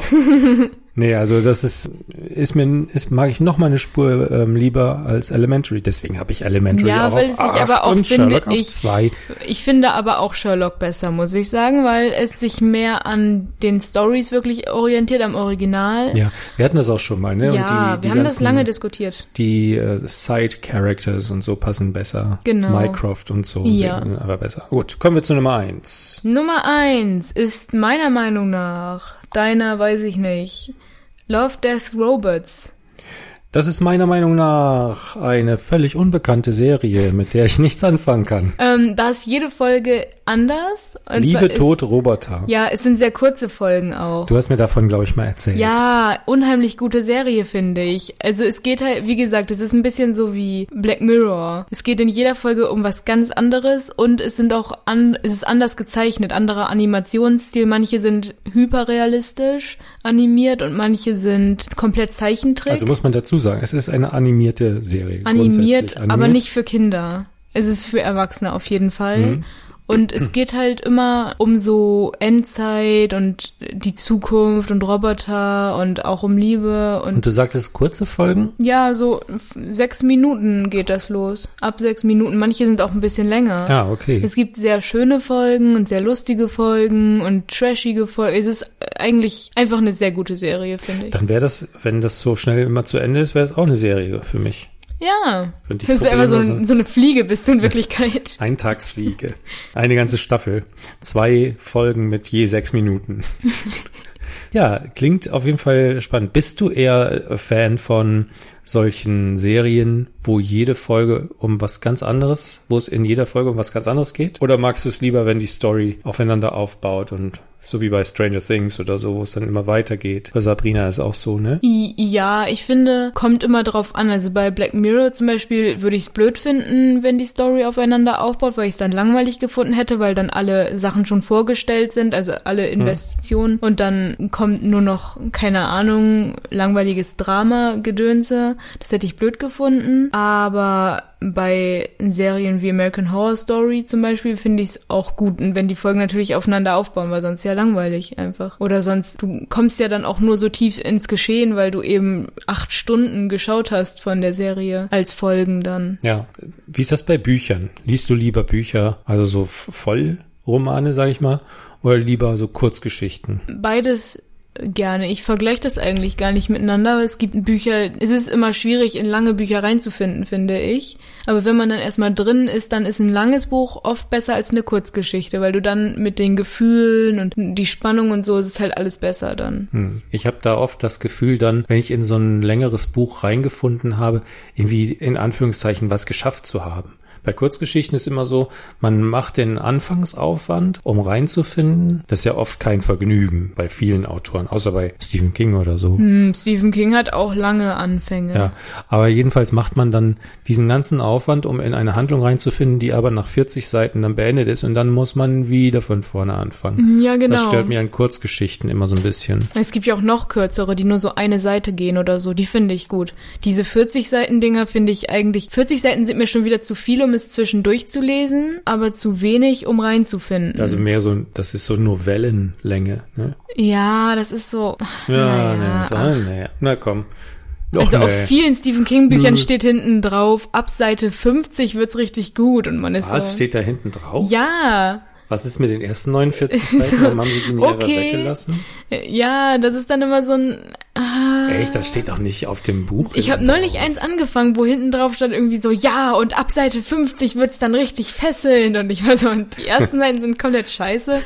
Speaker 1: Nee, also das ist, ist mir, ist, mag ich noch mal eine Spur ähm, lieber als Elementary. Deswegen habe ich Elementary
Speaker 2: Ja,
Speaker 1: auch
Speaker 2: weil
Speaker 1: auf
Speaker 2: es sich
Speaker 1: acht
Speaker 2: aber auch,
Speaker 1: und
Speaker 2: finde
Speaker 1: Sherlock auf
Speaker 2: ich-
Speaker 1: zwei.
Speaker 2: Ich finde aber auch Sherlock besser, muss ich sagen, weil es sich mehr an den Stories wirklich orientiert, am Original.
Speaker 1: Ja, wir hatten das auch schon mal, ne?
Speaker 2: Ja,
Speaker 1: und die, die
Speaker 2: wir haben das
Speaker 1: ganzen-
Speaker 2: lange diskutiert.
Speaker 1: Die äh, Side-Characters und so passen besser.
Speaker 2: Genau.
Speaker 1: Mycroft und so
Speaker 2: Ja.
Speaker 1: sind aber besser. Gut, kommen wir zu Nummer eins.
Speaker 2: Nummer eins ist meiner Meinung nach, deiner weiß ich nicht, Love, Death, Robots.
Speaker 1: Das ist meiner Meinung nach eine völlig unbekannte Serie, mit der ich nichts anfangen kann.
Speaker 2: Ähm, da ist jede Folge anders. Und zwar
Speaker 1: Liebe,
Speaker 2: ist,
Speaker 1: Tod, Roboter.
Speaker 2: Ja, es sind sehr kurze Folgen auch.
Speaker 1: Du hast mir davon, glaube ich, mal erzählt.
Speaker 2: Ja, unheimlich gute Serie, finde ich. Also es geht halt, wie gesagt, es ist ein bisschen so wie Black Mirror. Es geht in jeder Folge um was ganz anderes und es sind auch an, es ist anders gezeichnet, anderer Animationsstil. Manche sind hyperrealistisch animiert und manche sind komplett Zeichentrick.
Speaker 1: Also muss man dazu sagen, es ist eine animierte Serie.
Speaker 2: animiert,
Speaker 1: grundsätzlich.
Speaker 2: aber nicht für Kinder. Es ist für Erwachsene auf jeden Fall.
Speaker 1: Mhm.
Speaker 2: Und es geht halt immer um so Endzeit und die Zukunft und Roboter und auch um Liebe und,
Speaker 1: Und du sagtest kurze Folgen?
Speaker 2: ja, so f- sechs Minuten geht das los. Ab sechs Minuten. Manche sind auch ein bisschen länger.
Speaker 1: Ja, Ah, okay.
Speaker 2: Es gibt sehr schöne Folgen und sehr lustige Folgen und trashige Folgen. Es ist eigentlich einfach eine sehr gute Serie, finde ich.
Speaker 1: Dann wäre das, wenn das so schnell immer zu Ende ist, wäre es auch eine Serie für mich.
Speaker 2: Ja.
Speaker 1: Könnte ich
Speaker 2: Das ist einfach so,
Speaker 1: problemlos-
Speaker 2: ein, so eine Fliege bist du in Wirklichkeit.
Speaker 1: Eintagsfliege. Eine ganze Staffel. Zwei Folgen mit je sechs Minuten. ja, klingt auf jeden Fall spannend. Bist du eher Fan von solchen Serien, wo jede Folge um was ganz anderes, wo es in jeder Folge um was ganz anderes geht? Oder magst du es lieber, wenn die Story aufeinander aufbaut und so wie bei Stranger Things oder so, wo es dann immer weitergeht? Bei Sabrina ist auch so, ne?
Speaker 2: I- Ja, ich finde, kommt immer drauf an. Also bei Black Mirror zum Beispiel würde ich es blöd finden, wenn die Story aufeinander aufbaut, weil ich es dann langweilig gefunden hätte, weil dann alle Sachen schon vorgestellt sind, also alle Investitionen. Und dann kommt nur noch, keine Ahnung, langweiliges Drama-Gedönse. Das hätte ich blöd gefunden. Aber bei Serien wie American Horror Story zum Beispiel finde ich es auch gut, und wenn die Folgen natürlich aufeinander aufbauen, weil sonst ja langweilig einfach. Oder sonst, du kommst ja dann auch nur so tief ins Geschehen, weil du eben acht Stunden geschaut hast von der Serie als Folgen dann.
Speaker 1: Ja. Wie ist das bei Büchern? Liest du lieber Bücher, also so F- Vollromane, sag ich mal, oder lieber so Kurzgeschichten?
Speaker 2: Beides gerne. Ich vergleiche das eigentlich gar nicht miteinander, weil es gibt Bücher, es ist immer schwierig, in lange Bücher reinzufinden, finde ich. Aber wenn man dann erstmal drin ist, dann ist ein langes Buch oft besser als eine Kurzgeschichte, weil du dann mit den Gefühlen und die Spannung und so, es ist halt alles besser dann.
Speaker 1: Hm. Ich habe da oft das Gefühl dann, wenn ich in so ein längeres Buch reingefunden habe, irgendwie in Anführungszeichen was geschafft zu haben. Bei Kurzgeschichten ist immer so, man macht den Anfangsaufwand, um reinzufinden. Das ist ja oft kein Vergnügen bei vielen Autoren, außer bei Stephen King oder so.
Speaker 2: Hm, Stephen King hat auch lange Anfänge.
Speaker 1: Ja, aber jedenfalls macht man dann diesen ganzen Aufwand, um in eine Handlung reinzufinden, die aber nach 40 Seiten dann beendet ist und dann muss man wieder von vorne anfangen.
Speaker 2: Ja, genau.
Speaker 1: Das stört mir an Kurzgeschichten immer so ein bisschen.
Speaker 2: Es gibt ja auch noch kürzere, die nur so eine Seite gehen oder so. Die finde ich gut. Diese 40 Seiten Dinger finde ich eigentlich. 40 Seiten sind mir schon wieder zu viel, um es zwischendurch zu lesen, aber zu wenig, um reinzufinden.
Speaker 1: Also mehr so, das ist so Novellenlänge. Ne?
Speaker 2: ja, das ist so.
Speaker 1: Ja,
Speaker 2: naja,
Speaker 1: ne, so,
Speaker 2: ach.
Speaker 1: ah, ne, na komm. Doch,
Speaker 2: also
Speaker 1: nee. Hm.
Speaker 2: auf vielen Stephen King Büchern
Speaker 1: Nö.
Speaker 2: steht hinten drauf, ab Seite 50 wird's richtig gut und man ist
Speaker 1: Was
Speaker 2: so.
Speaker 1: steht da hinten drauf?
Speaker 2: ja,
Speaker 1: Was ist mit den ersten 49 Seiten? Warum haben sie die nicht einfach
Speaker 2: Okay.
Speaker 1: weggelassen?
Speaker 2: ja, das ist dann immer so ein. Ah,
Speaker 1: Echt, das steht doch nicht auf dem Buch.
Speaker 2: Ich habe
Speaker 1: hinten
Speaker 2: neulich
Speaker 1: drauf.
Speaker 2: eins angefangen, wo hinten drauf stand irgendwie so, ja, und ab Seite 50 wird's dann richtig fesselnd. Und ich war so, und die ersten Seiten sind komplett scheiße.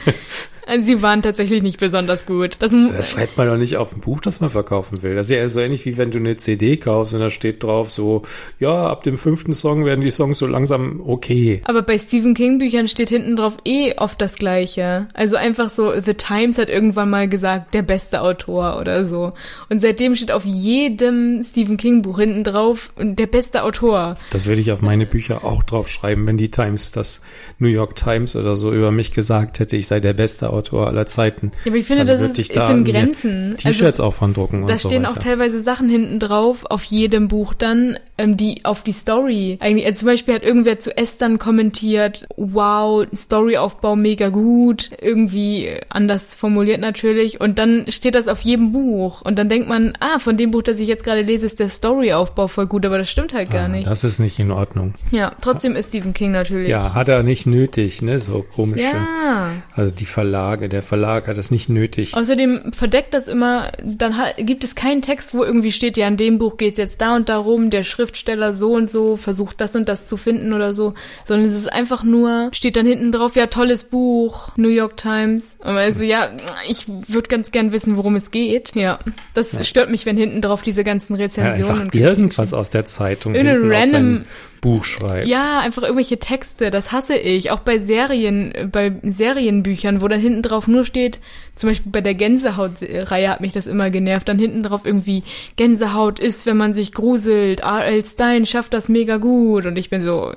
Speaker 2: Also sie waren tatsächlich nicht besonders gut. Das, mu-
Speaker 1: Das schreibt man doch nicht auf ein Buch, das man verkaufen will. Das ist ja so ähnlich wie wenn du eine CD kaufst und da steht drauf so, ja, ab dem fünften Song werden die Songs so langsam okay.
Speaker 2: aber bei Stephen King Büchern steht hinten drauf eh oft das Gleiche. Also einfach so, The Times hat irgendwann mal gesagt, der beste Autor oder so. Und seitdem steht auf jedem Stephen King Buch hinten drauf, der beste Autor.
Speaker 1: Das würde ich auf meine Bücher auch drauf schreiben, wenn die Times, das New York Times oder so über mich gesagt hätte, ich sei der beste Autor aller Zeiten.
Speaker 2: Ja, aber ich finde,
Speaker 1: Dann
Speaker 2: das
Speaker 1: wird
Speaker 2: ist,
Speaker 1: dich
Speaker 2: ist
Speaker 1: da
Speaker 2: in
Speaker 1: irgendwie
Speaker 2: Grenzen. Also
Speaker 1: T-Shirts auch von drucken
Speaker 2: Da
Speaker 1: und so
Speaker 2: stehen
Speaker 1: weiter.
Speaker 2: auch teilweise Sachen hinten drauf, auf jedem Buch dann, ähm, die auf die Story eigentlich. Also zum Beispiel hat irgendwer zu Estern kommentiert, wow, Storyaufbau mega gut, irgendwie anders formuliert natürlich. Und dann steht das auf jedem Buch. Und dann denkt man, ah, von dem Buch, das ich jetzt gerade lese, ist der Storyaufbau voll gut, aber das stimmt halt gar
Speaker 1: Ah,
Speaker 2: nicht.
Speaker 1: Das ist nicht in Ordnung.
Speaker 2: Ja, trotzdem ist Stephen King natürlich.
Speaker 1: Ja, hat er nicht nötig, ne? So komische.
Speaker 2: Ja.
Speaker 1: Also die Verlage, der Verlag hat das nicht nötig.
Speaker 2: Außerdem verdeckt das immer, dann ha- gibt es keinen Text, wo irgendwie steht, ja, in dem Buch geht es jetzt da und darum, der Schriftsteller so und so versucht das und das zu finden oder so, sondern es ist einfach nur, steht dann hinten drauf, ja, tolles Buch, New York Times. Und man ist so, ja, ich würde ganz gern wissen, worum es geht. Ja, das stört mich, wenn hinten drauf diese ganzen
Speaker 1: Ja,
Speaker 2: Rezensionen
Speaker 1: einfach
Speaker 2: und
Speaker 1: irgendwas aus der Zeitung
Speaker 2: Irgendeine
Speaker 1: hinten auf
Speaker 2: random-
Speaker 1: sein Buch schreibt.
Speaker 2: ja, einfach irgendwelche Texte, das hasse ich. Auch bei Serien, äh, bei Serienbüchern, wo dann hinten drauf nur steht, zum Beispiel bei der Gänsehaut-Reihe hat mich das immer genervt, dann hinten drauf irgendwie Gänsehaut ist, wenn man sich gruselt, R.L. Stein schafft das mega gut und ich bin so,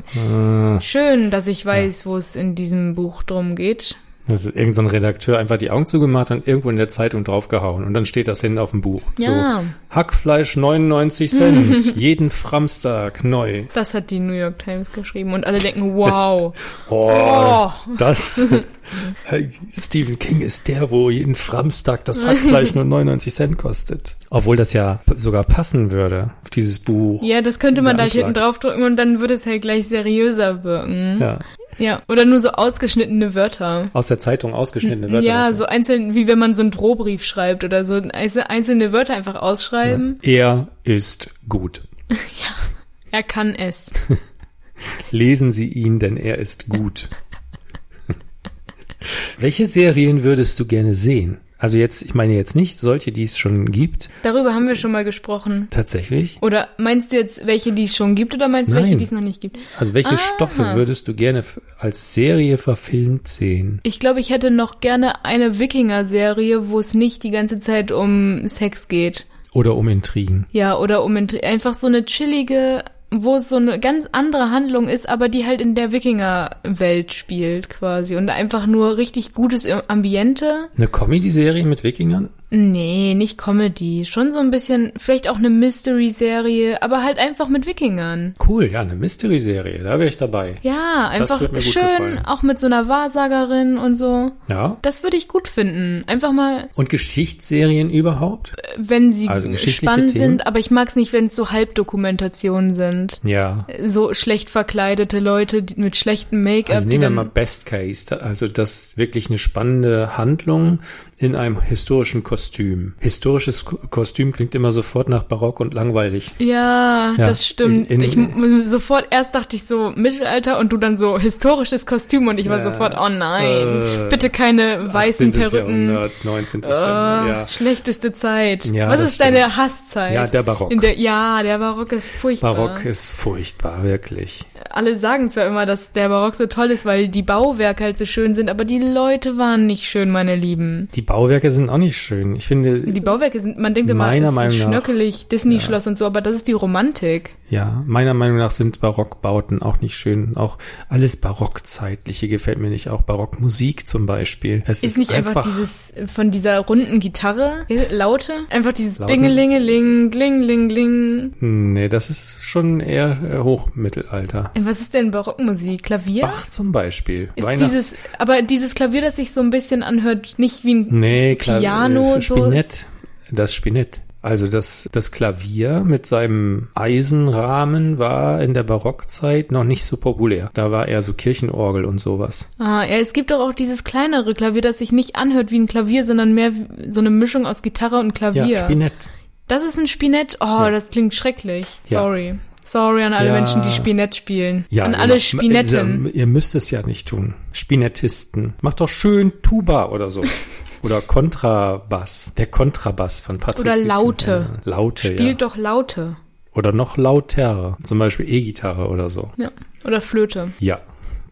Speaker 2: schön, dass ich weiß, wo es in diesem Buch drum geht.
Speaker 1: Das ist irgendein Redakteur einfach die Augen zugemacht und irgendwo in der Zeitung draufgehauen. Und dann steht das hinten auf dem Buch.
Speaker 2: Ja.
Speaker 1: So, Hackfleisch 99 Cent, jeden Framstag neu.
Speaker 2: Das hat die New York Times geschrieben und alle denken, wow.
Speaker 1: Oh,
Speaker 2: Oh.
Speaker 1: das. Hey, Stephen King ist der, wo jeden Framstag das Hackfleisch nur 99 Cent kostet. Obwohl das ja p- sogar passen würde auf dieses Buch.
Speaker 2: Ja, das könnte man da
Speaker 1: Der
Speaker 2: halt hinten
Speaker 1: Anschlag.
Speaker 2: draufdrücken und dann würde es halt gleich seriöser wirken.
Speaker 1: Ja.
Speaker 2: Ja, oder nur so ausgeschnittene Wörter.
Speaker 1: Aus der Zeitung ausgeschnittene Wörter.
Speaker 2: ja,
Speaker 1: also.
Speaker 2: so einzeln, wie wenn man so einen Drohbrief schreibt oder so einzel- einzelne Wörter einfach ausschreiben.
Speaker 1: Er ist gut.
Speaker 2: Er kann es.
Speaker 1: Lesen Sie ihn, denn er ist gut. Welche Serien würdest du gerne sehen? Also jetzt, ich meine jetzt nicht solche, die es schon gibt,
Speaker 2: Darüber haben wir schon mal gesprochen.
Speaker 1: tatsächlich.
Speaker 2: Oder meinst du jetzt welche, die es schon gibt oder meinst du welche,
Speaker 1: Nein.
Speaker 2: die es noch nicht gibt?
Speaker 1: Also welche
Speaker 2: Ah.
Speaker 1: Stoffe würdest du gerne f- als Serie verfilmt sehen?
Speaker 2: Ich glaube, ich hätte noch gerne eine Wikinger-Serie, wo es nicht die ganze Zeit um Sex geht.
Speaker 1: Oder um Intrigen?
Speaker 2: Ja, oder um Int- einfach so eine chillige, wo es so eine ganz andere Handlung ist, aber die halt in der Wikinger-Welt spielt quasi. Und einfach nur richtig gutes Ambiente.
Speaker 1: Eine Comedy-Serie mit Wikingern?
Speaker 2: Nee, nicht Comedy. Schon so ein bisschen, vielleicht auch eine Mystery-Serie, aber halt einfach mit Wikingern.
Speaker 1: Cool, ja, eine Mystery-Serie, da wäre ich dabei.
Speaker 2: Ja,
Speaker 1: Das
Speaker 2: einfach
Speaker 1: wird mir gut
Speaker 2: schön,
Speaker 1: gefallen.
Speaker 2: auch mit so einer Wahrsagerin und so.
Speaker 1: Ja.
Speaker 2: Das würde ich gut finden. Einfach mal,
Speaker 1: Und Geschichtsserien überhaupt?
Speaker 2: äh, wenn sie
Speaker 1: Also geschichtliche
Speaker 2: spannend
Speaker 1: Themen?
Speaker 2: sind, aber ich mag's nicht, wenn es so Halbdokumentationen sind.
Speaker 1: Ja.
Speaker 2: So schlecht verkleidete Leute die- mit schlechtem Make-up.
Speaker 1: Also
Speaker 2: die
Speaker 1: nehmen wir
Speaker 2: dann-
Speaker 1: mal Best Case, da- also das wirklich eine spannende Handlung in einem historischen Kostüm. Historisches Ko- Kostüm klingt immer sofort nach barock und langweilig.
Speaker 2: Ja,
Speaker 1: Ja,
Speaker 2: das stimmt.
Speaker 1: in- in-
Speaker 2: ich mu- sofort erst dachte ich so Mittelalter und du dann so historisches Kostüm und ich war
Speaker 1: Ja,
Speaker 2: sofort oh nein,
Speaker 1: äh,
Speaker 2: bitte keine weißen
Speaker 1: 18.
Speaker 2: Perücken.
Speaker 1: Jahrhundert, 19.
Speaker 2: Ah,
Speaker 1: Jahrhundert,
Speaker 2: Schlechteste Zeit.
Speaker 1: Ja,
Speaker 2: Was
Speaker 1: das
Speaker 2: ist deine
Speaker 1: stimmt.
Speaker 2: Hasszeit?
Speaker 1: Ja, der Barock.
Speaker 2: In der, ja, der Barock ist
Speaker 1: ja.
Speaker 2: furchtbar.
Speaker 1: Barock ist furchtbar, wirklich.
Speaker 2: Alle sagen zwar immer, dass der Barock so toll ist, weil die Bauwerke halt so schön sind, aber die Leute waren nicht schön, meine Lieben.
Speaker 1: Die Bauwerke sind auch nicht schön. Ich finde,
Speaker 2: Die Bauwerke sind, man denkt immer,
Speaker 1: Meiner
Speaker 2: es
Speaker 1: Meinung
Speaker 2: ist
Speaker 1: nach.
Speaker 2: schnöckelig, Disney-Schloss und so, aber das ist die Romantik.
Speaker 1: ja, meiner Meinung nach sind Barockbauten auch nicht schön. Auch alles Barockzeitliche gefällt mir nicht. Auch Barockmusik zum Beispiel. Es
Speaker 2: Ist, nicht einfach, dieses äh, von dieser runden Gitarre äh, Laute, einfach dieses
Speaker 1: Lauten?
Speaker 2: Dingelingeling, Glinglingling.
Speaker 1: Nee, das ist schon eher äh, Hochmittelalter.
Speaker 2: Äh, Was ist denn Barockmusik? Klavier?
Speaker 1: Bach zum Beispiel.
Speaker 2: ist
Speaker 1: Weihnachts-
Speaker 2: dieses, aber dieses Klavier, das sich so ein bisschen anhört, nicht wie ein
Speaker 1: Nee, Kla
Speaker 2: Piano,
Speaker 1: äh,
Speaker 2: so-
Speaker 1: Spinett. Das Spinett. Also das, das Klavier mit seinem Eisenrahmen war in der Barockzeit noch nicht so populär. Da war eher so Kirchenorgel und sowas.
Speaker 2: Ah, ja, es gibt doch auch dieses kleinere Klavier, das sich nicht anhört wie ein Klavier, sondern mehr wie- so eine Mischung aus Gitarre und
Speaker 1: Ja,
Speaker 2: Klavier.
Speaker 1: Spinett.
Speaker 2: das ist ein Spinett. Oh, das klingt schrecklich.
Speaker 1: Ja.
Speaker 2: Sorry. Sorry an alle
Speaker 1: Ja.
Speaker 2: Menschen, die Spinett spielen.
Speaker 1: Ja,
Speaker 2: an
Speaker 1: genau.
Speaker 2: alle Spinetten.
Speaker 1: Ihr, ihr müsst es ja nicht tun. Spinettisten. Macht doch schön Tuba oder so. oder Kontrabass. Der Kontrabass von Patrick
Speaker 2: Oder
Speaker 1: Süskind.
Speaker 2: Laute.
Speaker 1: Ja, Laute,
Speaker 2: Spielt
Speaker 1: ja.
Speaker 2: doch Laute.
Speaker 1: Oder noch lauter. Zum Beispiel E-Gitarre oder so.
Speaker 2: Ja. Oder Flöte.
Speaker 1: Ja,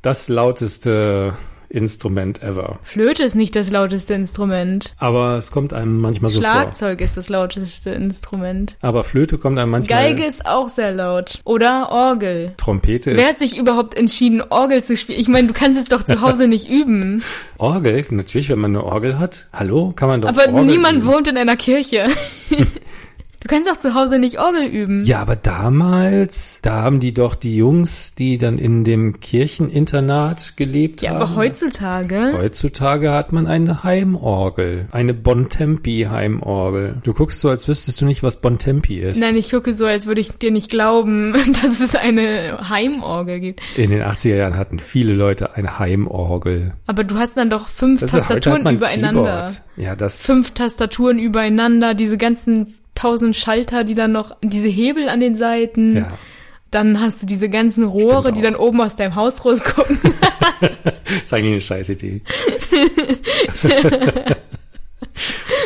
Speaker 1: das lauteste Instrument ever.
Speaker 2: Flöte ist nicht das lauteste Instrument.
Speaker 1: Aber es kommt einem manchmal so Also vor.
Speaker 2: Schlagzeug ist das lauteste Instrument.
Speaker 1: Aber Flöte kommt einem manchmal.
Speaker 2: Geige ist auch sehr laut. Oder Orgel.
Speaker 1: Trompete
Speaker 2: Wer
Speaker 1: ist.
Speaker 2: hat sich überhaupt entschieden, Orgel zu spielen? Ich meine, du kannst es doch zu Hause nicht üben.
Speaker 1: Orgel, natürlich, wenn man eine Orgel hat. Hallo, kann man doch
Speaker 2: Aber
Speaker 1: Orgel
Speaker 2: niemand
Speaker 1: üben.
Speaker 2: wohnt in einer Kirche. du kannst auch zu Hause nicht Orgel üben.
Speaker 1: Ja, aber damals, da haben die doch die Jungs, die dann in dem Kircheninternat gelebt
Speaker 2: Ja,
Speaker 1: haben.
Speaker 2: aber heutzutage.
Speaker 1: Heutzutage hat man eine Heimorgel, eine Bontempi-Heimorgel. Du guckst so, als wüsstest du nicht, was Bontempi ist.
Speaker 2: Nein, ich gucke so, als würde ich dir nicht glauben, dass es eine Heimorgel gibt.
Speaker 1: In den 80er Jahren hatten viele Leute eine Heimorgel.
Speaker 2: Aber du hast dann doch fünf
Speaker 1: Das ist, heute hat
Speaker 2: Tastaturen
Speaker 1: man
Speaker 2: übereinander.
Speaker 1: Keyboard. Ja, das.
Speaker 2: Fünf Tastaturen übereinander, diese ganzen tausend Schalter, die dann noch, diese Hebel an den Seiten.
Speaker 1: Ja.
Speaker 2: Dann hast du diese ganzen Rohre,
Speaker 1: Stimmt
Speaker 2: die
Speaker 1: auch.
Speaker 2: dann oben aus deinem Haus rausgucken.
Speaker 1: Das ist eigentlich eine scheiß Idee.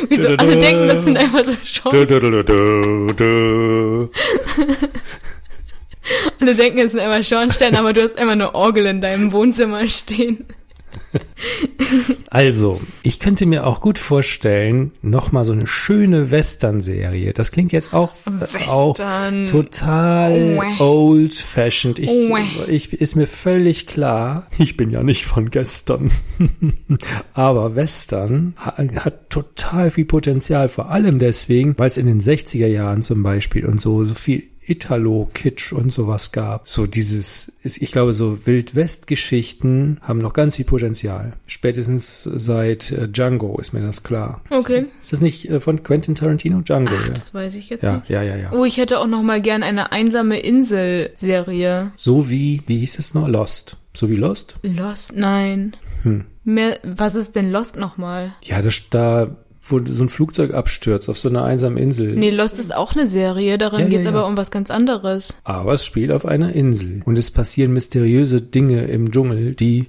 Speaker 2: Wieso alle denken, das sind einfach so Schaukel.
Speaker 1: Du, du, du, du, du, du.
Speaker 2: Alle denken, es sind immer Schornsteine, aber du hast immer eine Orgel in deinem Wohnzimmer stehen.
Speaker 1: Also, ich könnte mir auch gut vorstellen, nochmal so eine schöne Western-Serie. Das klingt jetzt auch, äh, auch
Speaker 2: Western.
Speaker 1: total
Speaker 2: Mm. Uäh.
Speaker 1: old-fashioned. Ich,
Speaker 2: Uäh.
Speaker 1: ich, ist mir völlig klar, ich bin ja nicht von gestern. Aber Western ha- hat total viel Potenzial, vor allem deswegen, weil es in den 60er Jahren zum Beispiel und so, so viel Italo-Kitsch und sowas gab. So dieses, ist- ich glaube, so Wildwest-Geschichten haben noch ganz viel Potenzial. Spätestens seit äh, Django ist mir das klar.
Speaker 2: Okay.
Speaker 1: Ist das nicht äh, von Quentin Tarantino? Django,
Speaker 2: Ach, das weiß ich jetzt
Speaker 1: ja.
Speaker 2: nicht.
Speaker 1: Ja, ja, ja, ja.
Speaker 2: Oh, ich hätte auch noch mal gern eine einsame Insel-Serie.
Speaker 1: So wie, wie hieß es noch? Lost. So wie Lost?
Speaker 2: Lost? Nein.
Speaker 1: Hm.
Speaker 2: Mehr, was ist denn Lost nochmal?
Speaker 1: Ja, das, da, wo so ein Flugzeug abstürzt auf so einer einsamen Insel.
Speaker 2: Nee, Lost ist auch eine Serie, darin
Speaker 1: Ja, ja,
Speaker 2: geht's
Speaker 1: ja.
Speaker 2: aber um was ganz anderes.
Speaker 1: Aber es spielt auf einer Insel. Und es passieren mysteriöse Dinge im Dschungel, die,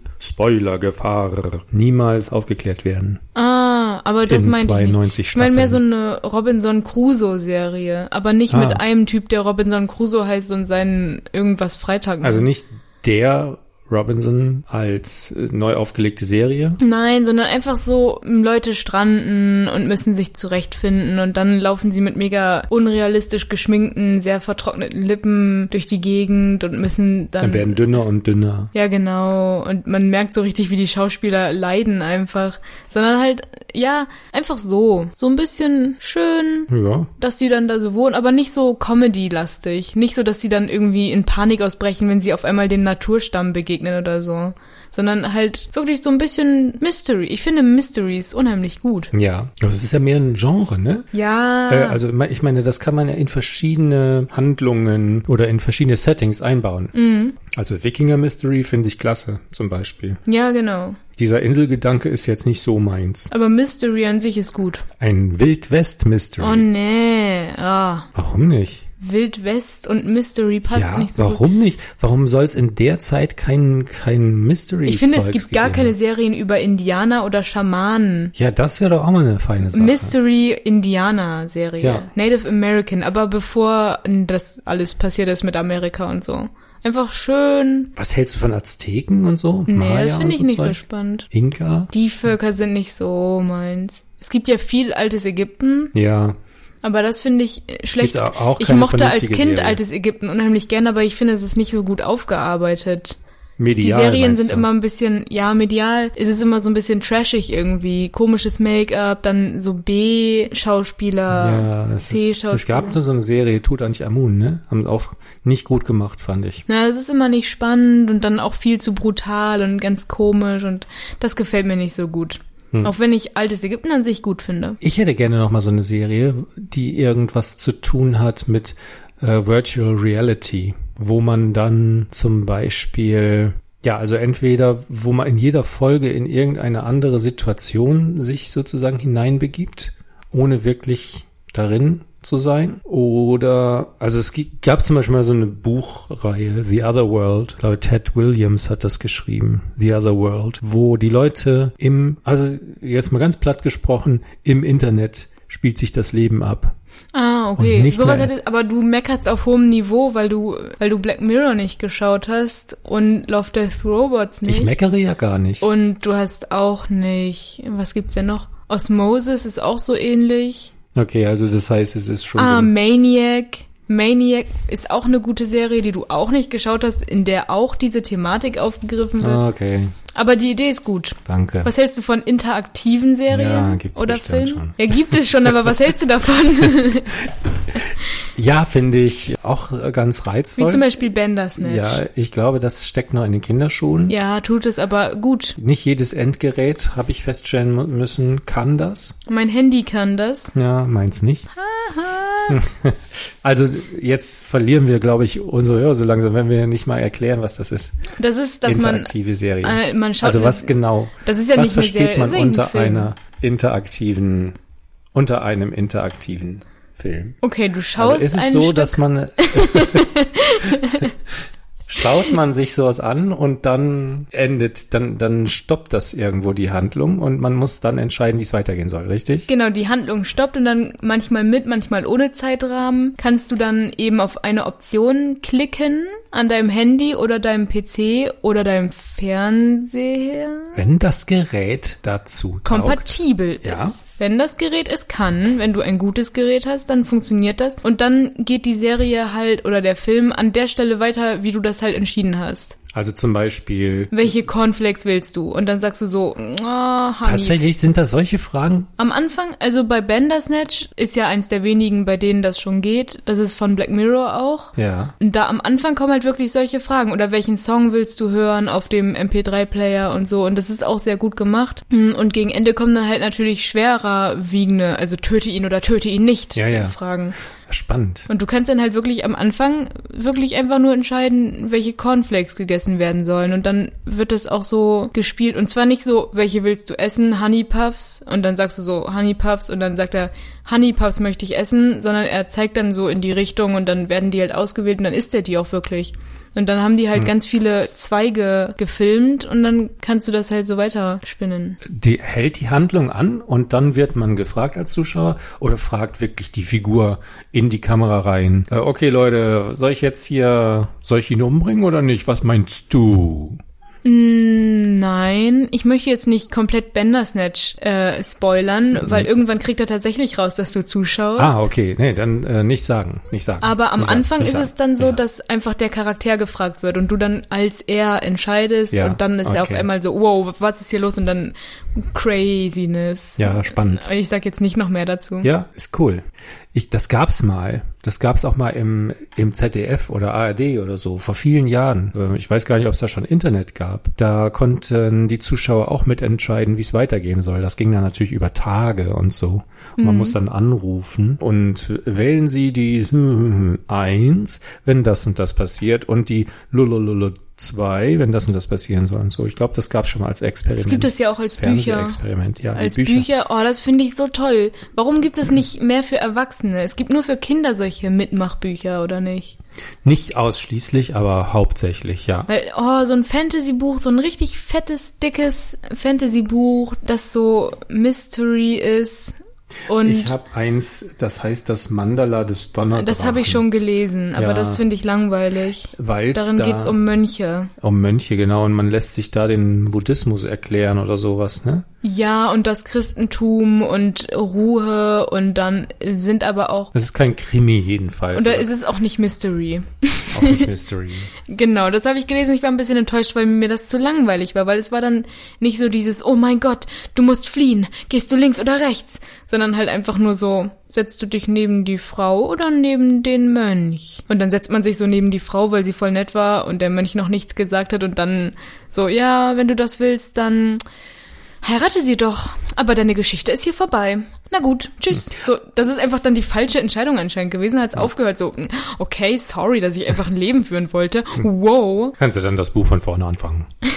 Speaker 1: Spoiler-Gefahr, niemals aufgeklärt werden.
Speaker 2: Ah, aber das
Speaker 1: In
Speaker 2: meinte ich nicht.
Speaker 1: 92
Speaker 2: Ich meine mehr so
Speaker 1: Staffeln.
Speaker 2: eine Robinson Crusoe-Serie, aber nicht
Speaker 1: Ah.
Speaker 2: mit einem Typ, der Robinson Crusoe heißt und seinen irgendwas Freitag macht.
Speaker 1: Also nicht der Robinson als äh, neu aufgelegte Serie.
Speaker 2: Nein, sondern einfach so, m, Leute stranden und müssen sich zurechtfinden und dann laufen sie mit mega unrealistisch geschminkten, sehr vertrockneten Lippen durch die Gegend und müssen dann...
Speaker 1: Dann werden dünner und dünner.
Speaker 2: ja, genau. Und man merkt so richtig, wie die Schauspieler leiden einfach. Sondern halt, ja, einfach so. So ein bisschen schön,
Speaker 1: Ja.
Speaker 2: dass sie dann da so wohnen, aber nicht so Comedy-lastig. Nicht so, dass sie dann irgendwie in Panik ausbrechen, wenn sie auf einmal dem Naturstamm begegnen oder so. Sondern halt wirklich so ein bisschen Mystery. Ich finde Mysteries unheimlich gut.
Speaker 1: Ja. Aber es ist ja mehr ein Genre, ne?
Speaker 2: Ja.
Speaker 1: Äh, Also me- ich meine, das kann man ja in verschiedene Handlungen oder in verschiedene Settings einbauen.
Speaker 2: Mhm.
Speaker 1: Also Wikinger Mystery finde ich klasse zum Beispiel.
Speaker 2: ja, genau.
Speaker 1: Dieser Inselgedanke ist jetzt nicht so meins.
Speaker 2: Aber Mystery an sich ist gut.
Speaker 1: Ein Wildwest Mystery.
Speaker 2: Oh nee. Ah.
Speaker 1: warum nicht?
Speaker 2: Wild West und Mystery passt
Speaker 1: ja,
Speaker 2: nicht so gut.
Speaker 1: warum nicht? Warum soll es in der Zeit kein kein Mystery
Speaker 2: Ich finde, es
Speaker 1: Zeugs
Speaker 2: gibt gar
Speaker 1: gegeben
Speaker 2: keine Serien über Indianer oder Schamanen.
Speaker 1: haben? Ja, das wäre doch auch mal eine feine Sache.
Speaker 2: Mystery Indianer Serie.
Speaker 1: Ja.
Speaker 2: Native American, aber bevor das alles passiert ist mit Amerika und so. Einfach schön.
Speaker 1: Was hältst du von Azteken und so?
Speaker 2: Nee,
Speaker 1: Maya
Speaker 2: das finde
Speaker 1: und
Speaker 2: ich nicht so
Speaker 1: Zeug?
Speaker 2: spannend.
Speaker 1: Inka?
Speaker 2: Die Völker sind nicht so meins. Es gibt ja viel altes Ägypten,
Speaker 1: Ja,
Speaker 2: aber das finde ich äh, schlecht.
Speaker 1: Gibt's auch- auch
Speaker 2: ich
Speaker 1: keine
Speaker 2: mochte als
Speaker 1: vernünftige
Speaker 2: Kind
Speaker 1: Serie.
Speaker 2: altes Ägypten unheimlich gern, aber ich finde, es ist nicht so gut aufgearbeitet.
Speaker 1: medial.
Speaker 2: Die Serien
Speaker 1: meinst
Speaker 2: sind
Speaker 1: du?
Speaker 2: immer ein bisschen, ja, medial ist es immer so ein bisschen trashig irgendwie. Komisches Make-up, dann so B-Schauspieler,
Speaker 1: Ja, es, ist,
Speaker 2: C-Schauspieler.
Speaker 1: es gab nur so eine Serie, Tut eigentlich Amun, ne? Haben sie auch nicht gut gemacht, fand ich.
Speaker 2: Na, es ist immer nicht spannend und dann auch viel zu brutal und ganz komisch und das gefällt mir nicht so gut.
Speaker 1: Hm.
Speaker 2: Auch wenn ich altes Ägypten an sich gut finde.
Speaker 1: Ich hätte gerne noch mal so eine Serie, die irgendwas zu tun hat mit äh, Virtual Reality, wo man dann zum Beispiel ja, also entweder, wo man in jeder Folge in irgendeine andere Situation sich sozusagen hineinbegibt, ohne wirklich darin zu sein. Oder, also es gi- gab zum Beispiel mal so eine Buchreihe, The Other World, ich glaube Ted Williams hat das geschrieben, The Other World, wo die Leute im, also jetzt mal ganz platt gesprochen, im Internet spielt sich das Leben ab.
Speaker 2: Ah, okay.
Speaker 1: Und nicht
Speaker 2: Sowas
Speaker 1: mehr-
Speaker 2: hättest, aber du meckerst auf hohem Niveau, weil du, weil du Black Mirror nicht geschaut hast und Love Death Robots nicht.
Speaker 1: Ich meckere ja gar nicht.
Speaker 2: Und du hast auch nicht, was gibt's denn noch? Osmosis ist auch so ähnlich.
Speaker 1: Okay, also das heißt, es ist schon
Speaker 2: Ah,
Speaker 1: so. ein-
Speaker 2: Maniac. Maniac ist auch eine gute Serie, die du auch nicht geschaut hast, in der auch diese Thematik aufgegriffen wird.
Speaker 1: Ah, okay,
Speaker 2: Aber die Idee ist gut.
Speaker 1: danke.
Speaker 2: Was hältst du von interaktiven Serien
Speaker 1: Ja, gibt's
Speaker 2: oder
Speaker 1: bestimmt
Speaker 2: Filmen? Ja, gibt es schon, aber was hältst du davon?
Speaker 1: Ja, finde ich auch äh, ganz reizvoll.
Speaker 2: Wie zum Beispiel Bandersnatch.
Speaker 1: ja, ich glaube, das steckt noch in den Kinderschuhen.
Speaker 2: ja, tut es aber gut.
Speaker 1: Nicht jedes Endgerät, habe ich feststellen mu- müssen, kann das.
Speaker 2: Mein Handy kann das.
Speaker 1: Ja, meins nicht. also jetzt verlieren wir, glaube ich, unsere Hörer so langsam, wenn wir nicht mal erklären, was das ist.
Speaker 2: Das ist, dass man,
Speaker 1: Interaktive Serie.
Speaker 2: äh, man schaut
Speaker 1: also was
Speaker 2: eine-
Speaker 1: genau?
Speaker 2: Das ist ja
Speaker 1: was
Speaker 2: nicht eine
Speaker 1: versteht
Speaker 2: Serie,
Speaker 1: man
Speaker 2: das ist ja
Speaker 1: unter
Speaker 2: ein Film.
Speaker 1: einer interaktiven, unter einem interaktiven Film?
Speaker 2: okay, du schaust
Speaker 1: Also ist es
Speaker 2: ein
Speaker 1: so,
Speaker 2: Stück-
Speaker 1: dass man schaut man sich sowas an und dann endet, dann dann stoppt das irgendwo die Handlung und man muss dann entscheiden, wie es weitergehen soll, richtig?
Speaker 2: Genau, die Handlung stoppt und dann manchmal mit, manchmal ohne Zeitrahmen kannst du dann eben auf eine Option klicken an deinem Handy oder deinem PC oder deinem Fernseher.
Speaker 1: Wenn das Gerät dazu taugt.
Speaker 2: Kompatibel
Speaker 1: Ja.
Speaker 2: ist. Wenn das Gerät es kann, wenn du ein gutes Gerät hast, dann funktioniert das. Und dann geht die Serie halt oder der Film an der Stelle weiter, wie du das halt entschieden hast.
Speaker 1: Also zum Beispiel.
Speaker 2: Welche Cornflakes willst du? Und dann sagst du so, ah, Honey.
Speaker 1: Tatsächlich sind das solche Fragen.
Speaker 2: Am Anfang, also bei Bandersnatch ist ja eins der wenigen, bei denen das schon geht. Das ist von Black Mirror auch.
Speaker 1: Ja.
Speaker 2: Und Da am Anfang kommen halt wirklich solche Fragen. Oder welchen Song willst du hören auf dem MP3-Player und so. Und das ist auch sehr gut gemacht. Mm, Und gegen Ende kommen dann halt natürlich schwerer wiegende, also töte ihn oder töte ihn nicht
Speaker 1: Ja, ja.
Speaker 2: Fragen.
Speaker 1: Spannend.
Speaker 2: Und du kannst dann halt wirklich am Anfang wirklich einfach nur entscheiden, welche Cornflakes gegessen werden sollen. Und dann wird das auch so gespielt. Und zwar nicht so, welche willst du essen, Honey Puffs. Und dann sagst du so Honey Puffs. Und dann sagt er, Honey Puffs möchte ich essen. Sondern er zeigt dann so in die Richtung und dann werden die halt ausgewählt und dann isst er die auch wirklich. Und dann haben die halt ganz viele Zweige gefilmt und dann kannst du das halt so weiterspinnen.
Speaker 1: Die hält die Handlung an und dann wird man gefragt als Zuschauer oder fragt wirklich die Figur in die Kamera rein. Äh, okay, Leute, soll ich jetzt hier, soll ich ihn umbringen oder nicht? Was meinst du?
Speaker 2: Nein, ich möchte jetzt nicht komplett Bandersnatch äh, spoilern, weil irgendwann kriegt er tatsächlich raus, dass du zuschaust.
Speaker 1: Ah, okay, nee, dann äh, nicht sagen, nicht sagen.
Speaker 2: Aber am
Speaker 1: nicht sagen,
Speaker 2: Anfang
Speaker 1: nicht
Speaker 2: ist
Speaker 1: sagen,
Speaker 2: es dann
Speaker 1: nicht
Speaker 2: so,
Speaker 1: sagen.
Speaker 2: dass einfach der Charakter gefragt wird und du dann als er entscheidest
Speaker 1: Ja,
Speaker 2: und dann ist er auf
Speaker 1: okay.
Speaker 2: einmal so, wow, was ist hier los? Und dann Craziness.
Speaker 1: Ja, spannend.
Speaker 2: Aber Ich sag jetzt nicht noch mehr dazu.
Speaker 1: Ja, ist cool. Ich, das gab's mal. Das gab's auch mal im, im ZDF oder ARD oder so, vor vielen Jahren. Äh, Ich weiß gar nicht, ob es da schon Internet gab. Da konnten die Zuschauer auch mitentscheiden, wie es weitergehen soll. Das ging dann natürlich über Tage und so. Und
Speaker 2: Mhm.
Speaker 1: man muss dann anrufen und wählen sie die eins, wenn das und das passiert und die lulululu zwei, wenn das und das passieren soll und so. Ich glaube, das gab's schon mal als Experiment.
Speaker 2: Es gibt es ja auch als Bücher.
Speaker 1: Fernsehexperiment, ja. die
Speaker 2: Als Bücher. oh, das finde ich so toll. Warum gibt es nicht mehr für Erwachsene? Es gibt nur für Kinder solche Mitmachbücher, oder nicht?
Speaker 1: Nicht ausschließlich, aber hauptsächlich, ja.
Speaker 2: Weil, oh, so ein Fantasy-Buch, so ein richtig fettes, dickes Fantasy-Buch, das so Mystery ist.
Speaker 1: Ich
Speaker 2: Und
Speaker 1: habe eins, das heißt das Mandala des Donnerdrachen.
Speaker 2: das habe ich schon gelesen, aber
Speaker 1: Ja.
Speaker 2: das finde ich langweilig.
Speaker 1: Weil's
Speaker 2: Darin
Speaker 1: da
Speaker 2: geht's um Mönche.
Speaker 1: um Mönche, genau. Und man lässt sich da den Buddhismus erklären oder sowas, ne?
Speaker 2: Ja, und das Christentum und Ruhe und dann sind aber auch.
Speaker 1: Das ist kein Krimi jedenfalls.
Speaker 2: Und da
Speaker 1: oder
Speaker 2: ist es auch nicht Mystery.
Speaker 1: auch nicht Mystery.
Speaker 2: Genau, das habe ich gelesen. Ich war ein bisschen enttäuscht, weil mir das zu langweilig war, weil es war dann nicht so dieses, oh mein Gott, du musst fliehen, gehst du links oder rechts, sondern halt einfach nur so, setzt du dich neben die Frau oder neben den Mönch? Und dann setzt man sich so neben die Frau, weil sie voll nett war und der Mönch noch nichts gesagt hat und dann so, ja, wenn du das willst, dann heirate sie doch. Aber deine Geschichte ist hier vorbei. Na gut,
Speaker 1: Hm.
Speaker 2: tschüss. So, das ist einfach dann die falsche Entscheidung anscheinend gewesen. Hat's aufgehört so, hm, okay, sorry, dass ich einfach ein Leben führen wollte.
Speaker 1: Hm.
Speaker 2: Wow.
Speaker 1: Kannst du dann das Buch von vorne anfangen? Hm.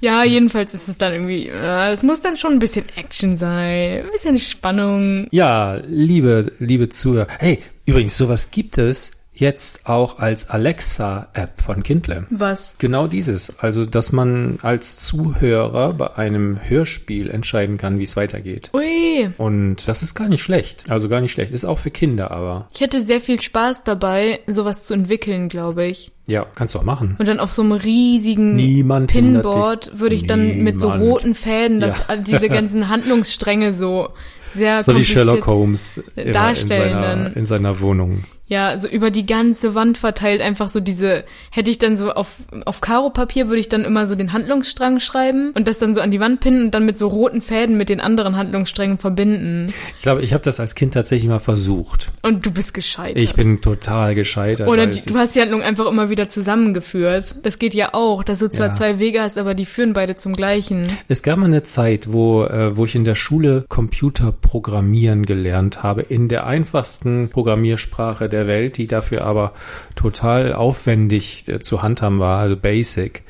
Speaker 2: Ja, jedenfalls ist es dann irgendwie, äh, es muss dann schon ein bisschen Action sein, ein bisschen Spannung.
Speaker 1: Ja, liebe, liebe Zuhörer. Hey, übrigens, sowas gibt es. jetzt auch als Alexa-App von Kindle.
Speaker 2: Was?
Speaker 1: Genau dieses. Also, dass man als Zuhörer bei einem Hörspiel entscheiden kann, wie es weitergeht.
Speaker 2: Ui,
Speaker 1: Und das ist gar nicht schlecht. Also gar nicht schlecht. Ist auch für Kinder, aber
Speaker 2: ich hätte sehr viel Spaß dabei, sowas zu entwickeln, glaube ich.
Speaker 1: ja, kannst du auch machen.
Speaker 2: Und dann auf so einem riesigen
Speaker 1: Niemand hindert dich.
Speaker 2: Pinboard würde ich dann mit so
Speaker 1: Niemand.
Speaker 2: roten Fäden, dass all diese ganzen Handlungsstränge so sehr
Speaker 1: So wie
Speaker 2: kompliziert-
Speaker 1: Sherlock Holmes immer in
Speaker 2: darstellen
Speaker 1: seiner,
Speaker 2: dann.
Speaker 1: in seiner Wohnung.
Speaker 2: Ja, so über die ganze Wand verteilt, einfach so diese, hätte ich dann so auf, auf Karo-Papier würde ich dann immer so den Handlungsstrang schreiben und das dann so an die Wand pinnen und dann mit so roten Fäden mit den anderen Handlungssträngen verbinden.
Speaker 1: Ich glaube, ich habe das als Kind tatsächlich mal versucht.
Speaker 2: Und du bist gescheitert.
Speaker 1: Ich bin total gescheitert.
Speaker 2: Oder
Speaker 1: weil
Speaker 2: die,
Speaker 1: es
Speaker 2: du
Speaker 1: ist-
Speaker 2: hast die Handlung einfach immer wieder zusammengeführt. Das geht ja auch, dass du zwar
Speaker 1: Ja.
Speaker 2: zwei Wege hast, aber die führen beide zum gleichen.
Speaker 1: Es gab mal eine Zeit, wo, äh, wo ich in der Schule Computer programmieren gelernt habe, in der einfachsten Programmiersprache der Welt, die dafür aber total aufwendig äh, zu handhaben war, also Basic.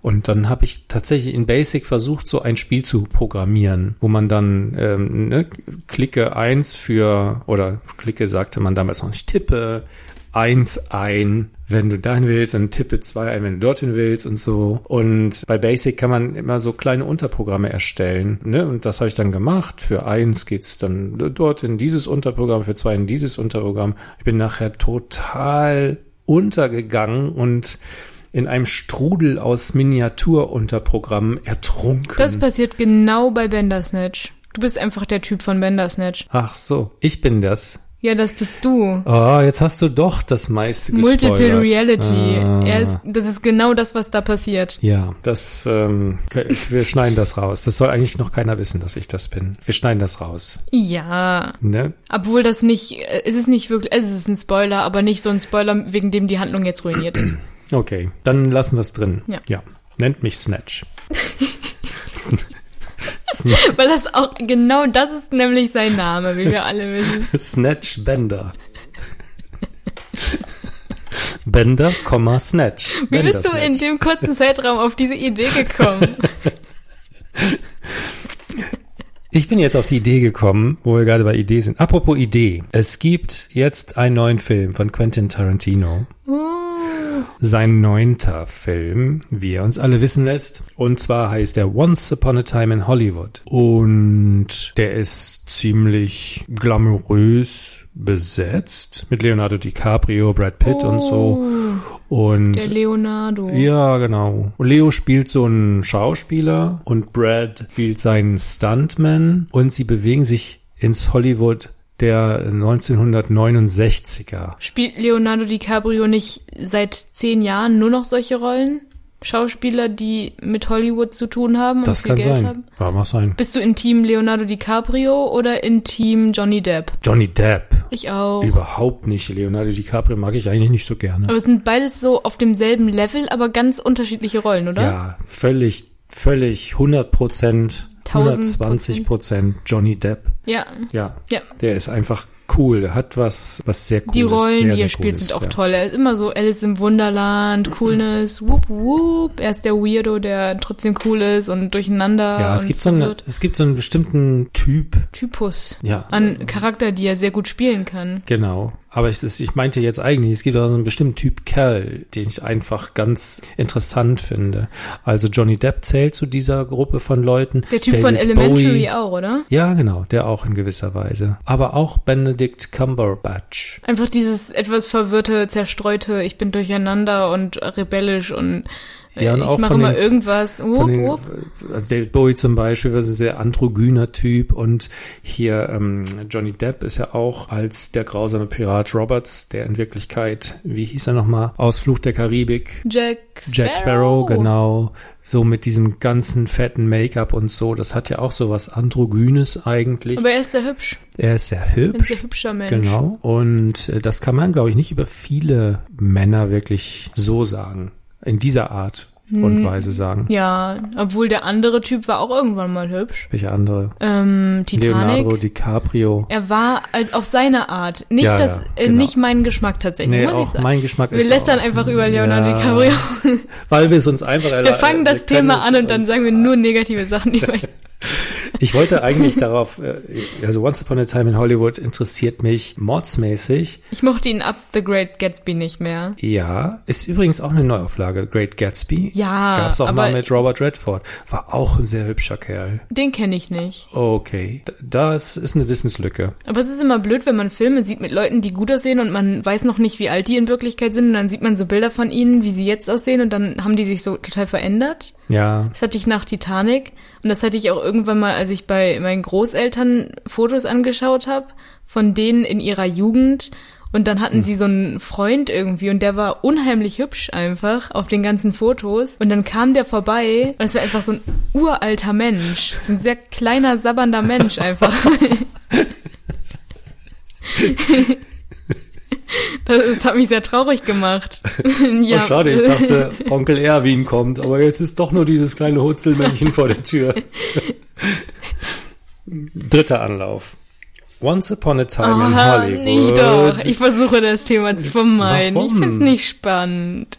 Speaker 1: Und dann habe ich tatsächlich in Basic versucht, so ein Spiel zu programmieren, wo man dann ähm, ne, Klicke 1 für, oder Klicke sagte man damals noch nicht, tippe 1 ein, wenn du dahin willst und tippe 2 ein, wenn du dorthin willst und so. Und bei Basic kann man immer so kleine Unterprogramme erstellen. Ne? Und das habe ich dann gemacht. Für 1 geht's dann dort in dieses Unterprogramm, für 2 in dieses Unterprogramm. Ich bin nachher total untergegangen und in einem Strudel aus Miniaturunterprogrammen ertrunken.
Speaker 2: Das passiert genau bei Bandersnatch. Du bist einfach der Typ von Bandersnatch.
Speaker 1: Ach so, ich bin das.
Speaker 2: Ja, das bist du.
Speaker 1: Oh, jetzt hast du doch das meiste
Speaker 2: Multiple
Speaker 1: gespoilert.
Speaker 2: Reality.
Speaker 1: Ah.
Speaker 2: Er ist, das ist genau das, was da passiert.
Speaker 1: Ja, das, ähm, k- wir schneiden das raus. Das soll eigentlich noch keiner wissen, dass ich das bin. Wir schneiden das raus.
Speaker 2: Ja.
Speaker 1: Ne?
Speaker 2: Obwohl das nicht, äh, es ist nicht wirklich, es ist ein Spoiler, aber nicht so ein Spoiler, wegen dem die Handlung jetzt ruiniert ist.
Speaker 1: Okay, dann lassen wir es drin.
Speaker 2: Ja.
Speaker 1: Nennt mich Snatch. Sn-
Speaker 2: Weil das auch, genau das ist nämlich sein Name, wie wir alle wissen.
Speaker 1: Snatch Bender. Bender, Komma, Snatch.
Speaker 2: Wie
Speaker 1: Bender
Speaker 2: bist du in
Speaker 1: Snatch.
Speaker 2: dem kurzen Zeitraum auf diese Idee gekommen?
Speaker 1: Ich bin jetzt auf die Idee gekommen, wo wir gerade bei Idee sind. Apropos Idee. Es gibt jetzt einen neuen Film von Quentin Tarantino. Sein neunter Film, wie er uns alle wissen lässt. Und zwar heißt er Once Upon a Time in Hollywood. Und der ist ziemlich glamourös besetzt. Mit Leonardo DiCaprio, Brad Pitt und so. Und
Speaker 2: Oh, Der Leonardo.
Speaker 1: ja, genau. Leo spielt so einen Schauspieler und Brad spielt seinen Stuntman und sie bewegen sich ins Hollywood der 1969er.
Speaker 2: Spielt Leonardo DiCaprio nicht seit zehn Jahren nur noch solche Rollen? Schauspieler, die mit Hollywood zu tun haben
Speaker 1: Das
Speaker 2: und viel
Speaker 1: kann
Speaker 2: Geld
Speaker 1: sein.
Speaker 2: haben?
Speaker 1: Ja, mag sein.
Speaker 2: Bist du in Team Leonardo DiCaprio oder in Team Johnny Depp?
Speaker 1: Johnny Depp.
Speaker 2: Ich auch.
Speaker 1: Überhaupt nicht. Leonardo DiCaprio mag ich eigentlich nicht so gerne.
Speaker 2: Aber es sind beides so auf demselben Level, aber ganz unterschiedliche Rollen, oder?
Speaker 1: Ja, völlig, völlig 100 Prozent, 120 Prozent Johnny Depp.
Speaker 2: Ja.
Speaker 1: Ja,
Speaker 2: Ja.
Speaker 1: der ist einfach cool. Der Hat was, was sehr cool
Speaker 2: Die
Speaker 1: ist.
Speaker 2: Rollen,
Speaker 1: sehr,
Speaker 2: die
Speaker 1: sehr
Speaker 2: er spielt,
Speaker 1: cool
Speaker 2: sind
Speaker 1: ist,
Speaker 2: auch
Speaker 1: ja.
Speaker 2: toll. Er ist immer so Alice im Wunderland, Coolness, whoop whoop. Er ist der Weirdo, der trotzdem cool ist und durcheinander.
Speaker 1: Ja, es
Speaker 2: und
Speaker 1: gibt, so eine,
Speaker 2: verwirrt.
Speaker 1: es gibt so einen bestimmten Typ,
Speaker 2: Typus
Speaker 1: ja,
Speaker 2: an Charakter, die er sehr gut spielen kann.
Speaker 1: genau. Aber es ist, ich meinte jetzt eigentlich, es gibt auch so einen bestimmten Typ Kerl, den ich einfach ganz interessant finde. Also Johnny Depp zählt zu dieser Gruppe von Leuten.
Speaker 2: Der Typ von Elementary auch, oder?
Speaker 1: Ja, genau, der auch in gewisser Weise. Aber auch Benedict Cumberbatch.
Speaker 2: Einfach dieses etwas verwirrte, zerstreute, ich bin durcheinander und rebellisch und äh,
Speaker 1: Ja, und
Speaker 2: ich
Speaker 1: auch
Speaker 2: mache
Speaker 1: von
Speaker 2: immer
Speaker 1: den-
Speaker 2: irgendwas. Whoop,
Speaker 1: Von den,
Speaker 2: whoop.
Speaker 1: also David Bowie zum Beispiel war so ein sehr androgyner Typ und hier ähm, Johnny Depp ist ja auch als der grausame Pirat Roberts, der in Wirklichkeit, wie hieß er nochmal, aus Fluch der Karibik,
Speaker 2: Jack Sparrow.
Speaker 1: Jack Sparrow, genau, so mit diesem ganzen fetten Make-up und so, das hat ja auch so was androgynes eigentlich.
Speaker 2: Aber er ist sehr hübsch.
Speaker 1: er ist sehr
Speaker 2: Ein sehr
Speaker 1: hübsch.
Speaker 2: hübscher Mensch.
Speaker 1: Genau. Und äh, das kann man, glaube ich, nicht über viele Männer wirklich so sagen. In dieser Art und Weise sagen.
Speaker 2: Hm. Ja, obwohl der andere Typ war auch irgendwann mal hübsch.
Speaker 1: Welche andere?
Speaker 2: Ähm, Titanic.
Speaker 1: Leonardo DiCaprio.
Speaker 2: Er war als auf seine Art. Nicht
Speaker 1: Ja,
Speaker 2: das,
Speaker 1: ja,
Speaker 2: äh,
Speaker 1: genau.
Speaker 2: nicht mein Geschmack tatsächlich,
Speaker 1: Nee,
Speaker 2: muss ich
Speaker 1: auch
Speaker 2: sagen.
Speaker 1: mein Geschmack
Speaker 2: wir
Speaker 1: ist
Speaker 2: lästern
Speaker 1: auch,
Speaker 2: einfach über Leonardo
Speaker 1: Ja,
Speaker 2: DiCaprio.
Speaker 1: Weil wir es uns einfach
Speaker 2: Wir fangen das Thema an und dann sagen wir nur negative Sachen über ihn.
Speaker 1: Ich wollte eigentlich darauf, äh, also Once Upon a Time in Hollywood interessiert mich mordsmäßig.
Speaker 2: Ich mochte ihn ab The Great Gatsby nicht mehr.
Speaker 1: Ja, ist übrigens auch eine Neuauflage. Great Gatsby.
Speaker 2: Ja,
Speaker 1: Gab's auch
Speaker 2: aber-
Speaker 1: mal mit Robert Redford. War auch ein sehr hübscher Kerl.
Speaker 2: Den kenne ich nicht.
Speaker 1: Okay, D- das ist eine Wissenslücke.
Speaker 2: Aber es ist immer blöd, wenn man Filme sieht mit Leuten, die gut aussehen und man weiß noch nicht, wie alt die in Wirklichkeit sind und dann sieht man so Bilder von ihnen, wie sie jetzt aussehen und dann haben die sich so total verändert.
Speaker 1: Ja,
Speaker 2: Das hatte ich nach Titanic und das hatte ich auch irgendwann mal, als ich bei meinen Großeltern Fotos angeschaut habe von denen in ihrer Jugend und dann
Speaker 1: Hm.
Speaker 2: hatten sie so einen Freund irgendwie und der war unheimlich hübsch einfach auf den ganzen Fotos und dann kam der vorbei und es war einfach so ein uralter Mensch, so ein sehr kleiner sabbernder Mensch einfach. Das, das hat mich sehr traurig gemacht.
Speaker 1: Oh, schade, ich dachte, Onkel Erwin kommt, aber jetzt ist doch nur dieses kleine Hutzelmännchen vor der Tür. Dritter Anlauf. Once Upon a Time in
Speaker 2: Ah,
Speaker 1: Hollywood.
Speaker 2: nicht doch. Ich versuche das Thema zu vermeiden.
Speaker 1: Warum?
Speaker 2: Ich find's nicht spannend.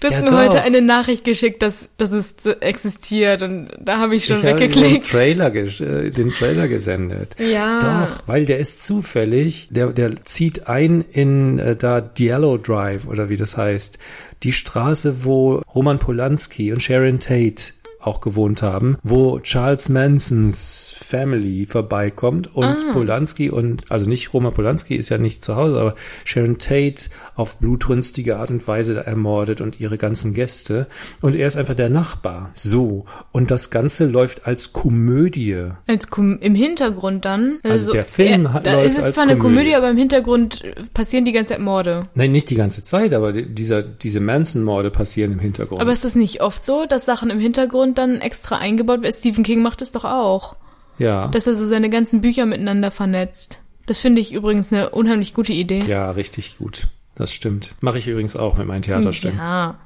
Speaker 2: Du hast
Speaker 1: Ja,
Speaker 2: mir
Speaker 1: doch.
Speaker 2: heute eine Nachricht geschickt, dass, dass es existiert und da habe ich schon
Speaker 1: Ich habe den
Speaker 2: weggeklickt.
Speaker 1: Trailer, gesch- äh, den Trailer gesendet.
Speaker 2: Ja.
Speaker 1: Doch, weil der ist zufällig, der, der zieht ein in äh, da Diallo Drive oder wie das heißt. Die Straße, wo Roman Polanski und Sharon Tate auch gewohnt haben, wo Charles Mansons Family vorbeikommt und Polanski und, also nicht Roman Polanski ist ja nicht zu Hause, aber Sharon Tate auf blutrünstige Art und Weise ermordet und ihre ganzen Gäste. Und er ist einfach der Nachbar. So. Und das Ganze läuft als Komödie.
Speaker 2: Als Kom im Hintergrund dann.
Speaker 1: Also der Film
Speaker 2: ja,
Speaker 1: hat-
Speaker 2: da
Speaker 1: läuft
Speaker 2: ist es
Speaker 1: als
Speaker 2: zwar eine
Speaker 1: Komödie.
Speaker 2: Komödie, aber im Hintergrund äh, passieren die ganze Zeit Morde.
Speaker 1: Nein, nicht die ganze Zeit, aber die- dieser, diese Manson-Morde passieren im Hintergrund.
Speaker 2: Aber ist das nicht oft so, dass Sachen im Hintergrund dann extra eingebaut werden? Stephen King macht es doch auch.
Speaker 1: ja,
Speaker 2: Dass er so seine ganzen Bücher miteinander vernetzt. Das finde ich übrigens eine unheimlich gute Idee.
Speaker 1: ja, richtig gut. Das stimmt. Mache ich übrigens auch mit meinen Theaterstücken.
Speaker 2: ja.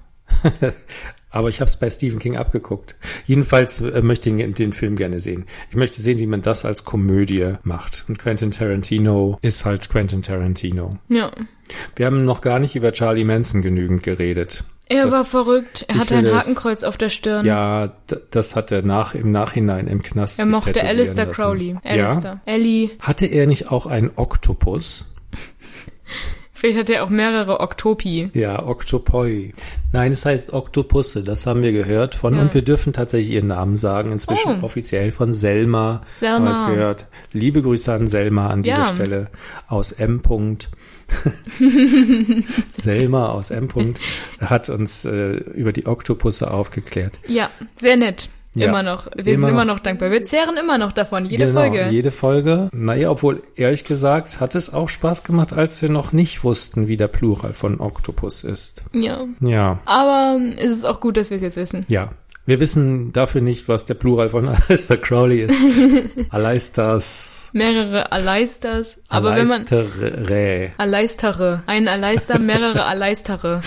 Speaker 1: Aber ich habe es bei Stephen King abgeguckt. Jedenfalls äh, möchte ich den, den Film gerne sehen. Ich möchte sehen, wie man das als Komödie macht. Und Quentin Tarantino ist halt Quentin Tarantino.
Speaker 2: ja.
Speaker 1: Wir haben noch gar nicht über Charlie Manson genügend geredet.
Speaker 2: Er
Speaker 1: Das-
Speaker 2: war verrückt. Er
Speaker 1: ich
Speaker 2: hatte
Speaker 1: will
Speaker 2: ein
Speaker 1: das-
Speaker 2: Hakenkreuz auf der Stirn.
Speaker 1: Ja, d- das hat er nach, im Nachhinein im Knast
Speaker 2: er
Speaker 1: sich
Speaker 2: mochte
Speaker 1: tätowieren
Speaker 2: Alistair
Speaker 1: lassen.
Speaker 2: Crowley.
Speaker 1: Ja?
Speaker 2: Alistair. Ellie.
Speaker 1: Hatte er nicht auch einen Oktopus?
Speaker 2: Vielleicht hatte er auch mehrere Oktopi.
Speaker 1: Ja, Oktopoi. Nein, es heißt Oktopusse, das haben wir gehört von und wir dürfen tatsächlich ihren Namen sagen, inzwischen
Speaker 2: Oh.
Speaker 1: offiziell von Selma.
Speaker 2: Selma.
Speaker 1: Haben wir es gehört. Liebe Grüße an Selma an dieser
Speaker 2: Ja.
Speaker 1: Stelle aus M. Punkt. Selma aus M. Punkt hat uns äh, über die Oktopusse aufgeklärt.
Speaker 2: Ja, sehr nett.
Speaker 1: Ja.
Speaker 2: Immer noch. Wir
Speaker 1: Immer
Speaker 2: sind immer
Speaker 1: noch.
Speaker 2: noch dankbar. Wir zehren immer noch davon. Jede
Speaker 1: genau,
Speaker 2: Folge.
Speaker 1: Jede Folge. Naja, obwohl ehrlich gesagt hat es auch Spaß gemacht, als wir noch nicht wussten, wie der Plural von Oktopus ist.
Speaker 2: ja.
Speaker 1: Ja.
Speaker 2: Aber ähm, es ist auch gut, dass wir es jetzt wissen.
Speaker 1: Ja, wir wissen dafür nicht, was der Plural von Aleister Crowley ist. Aleisters,
Speaker 2: Mehrere Aleisters. Aber wenn man...
Speaker 1: Aleistere.
Speaker 2: Aleistere. Ein Aleister, mehrere Aleistere.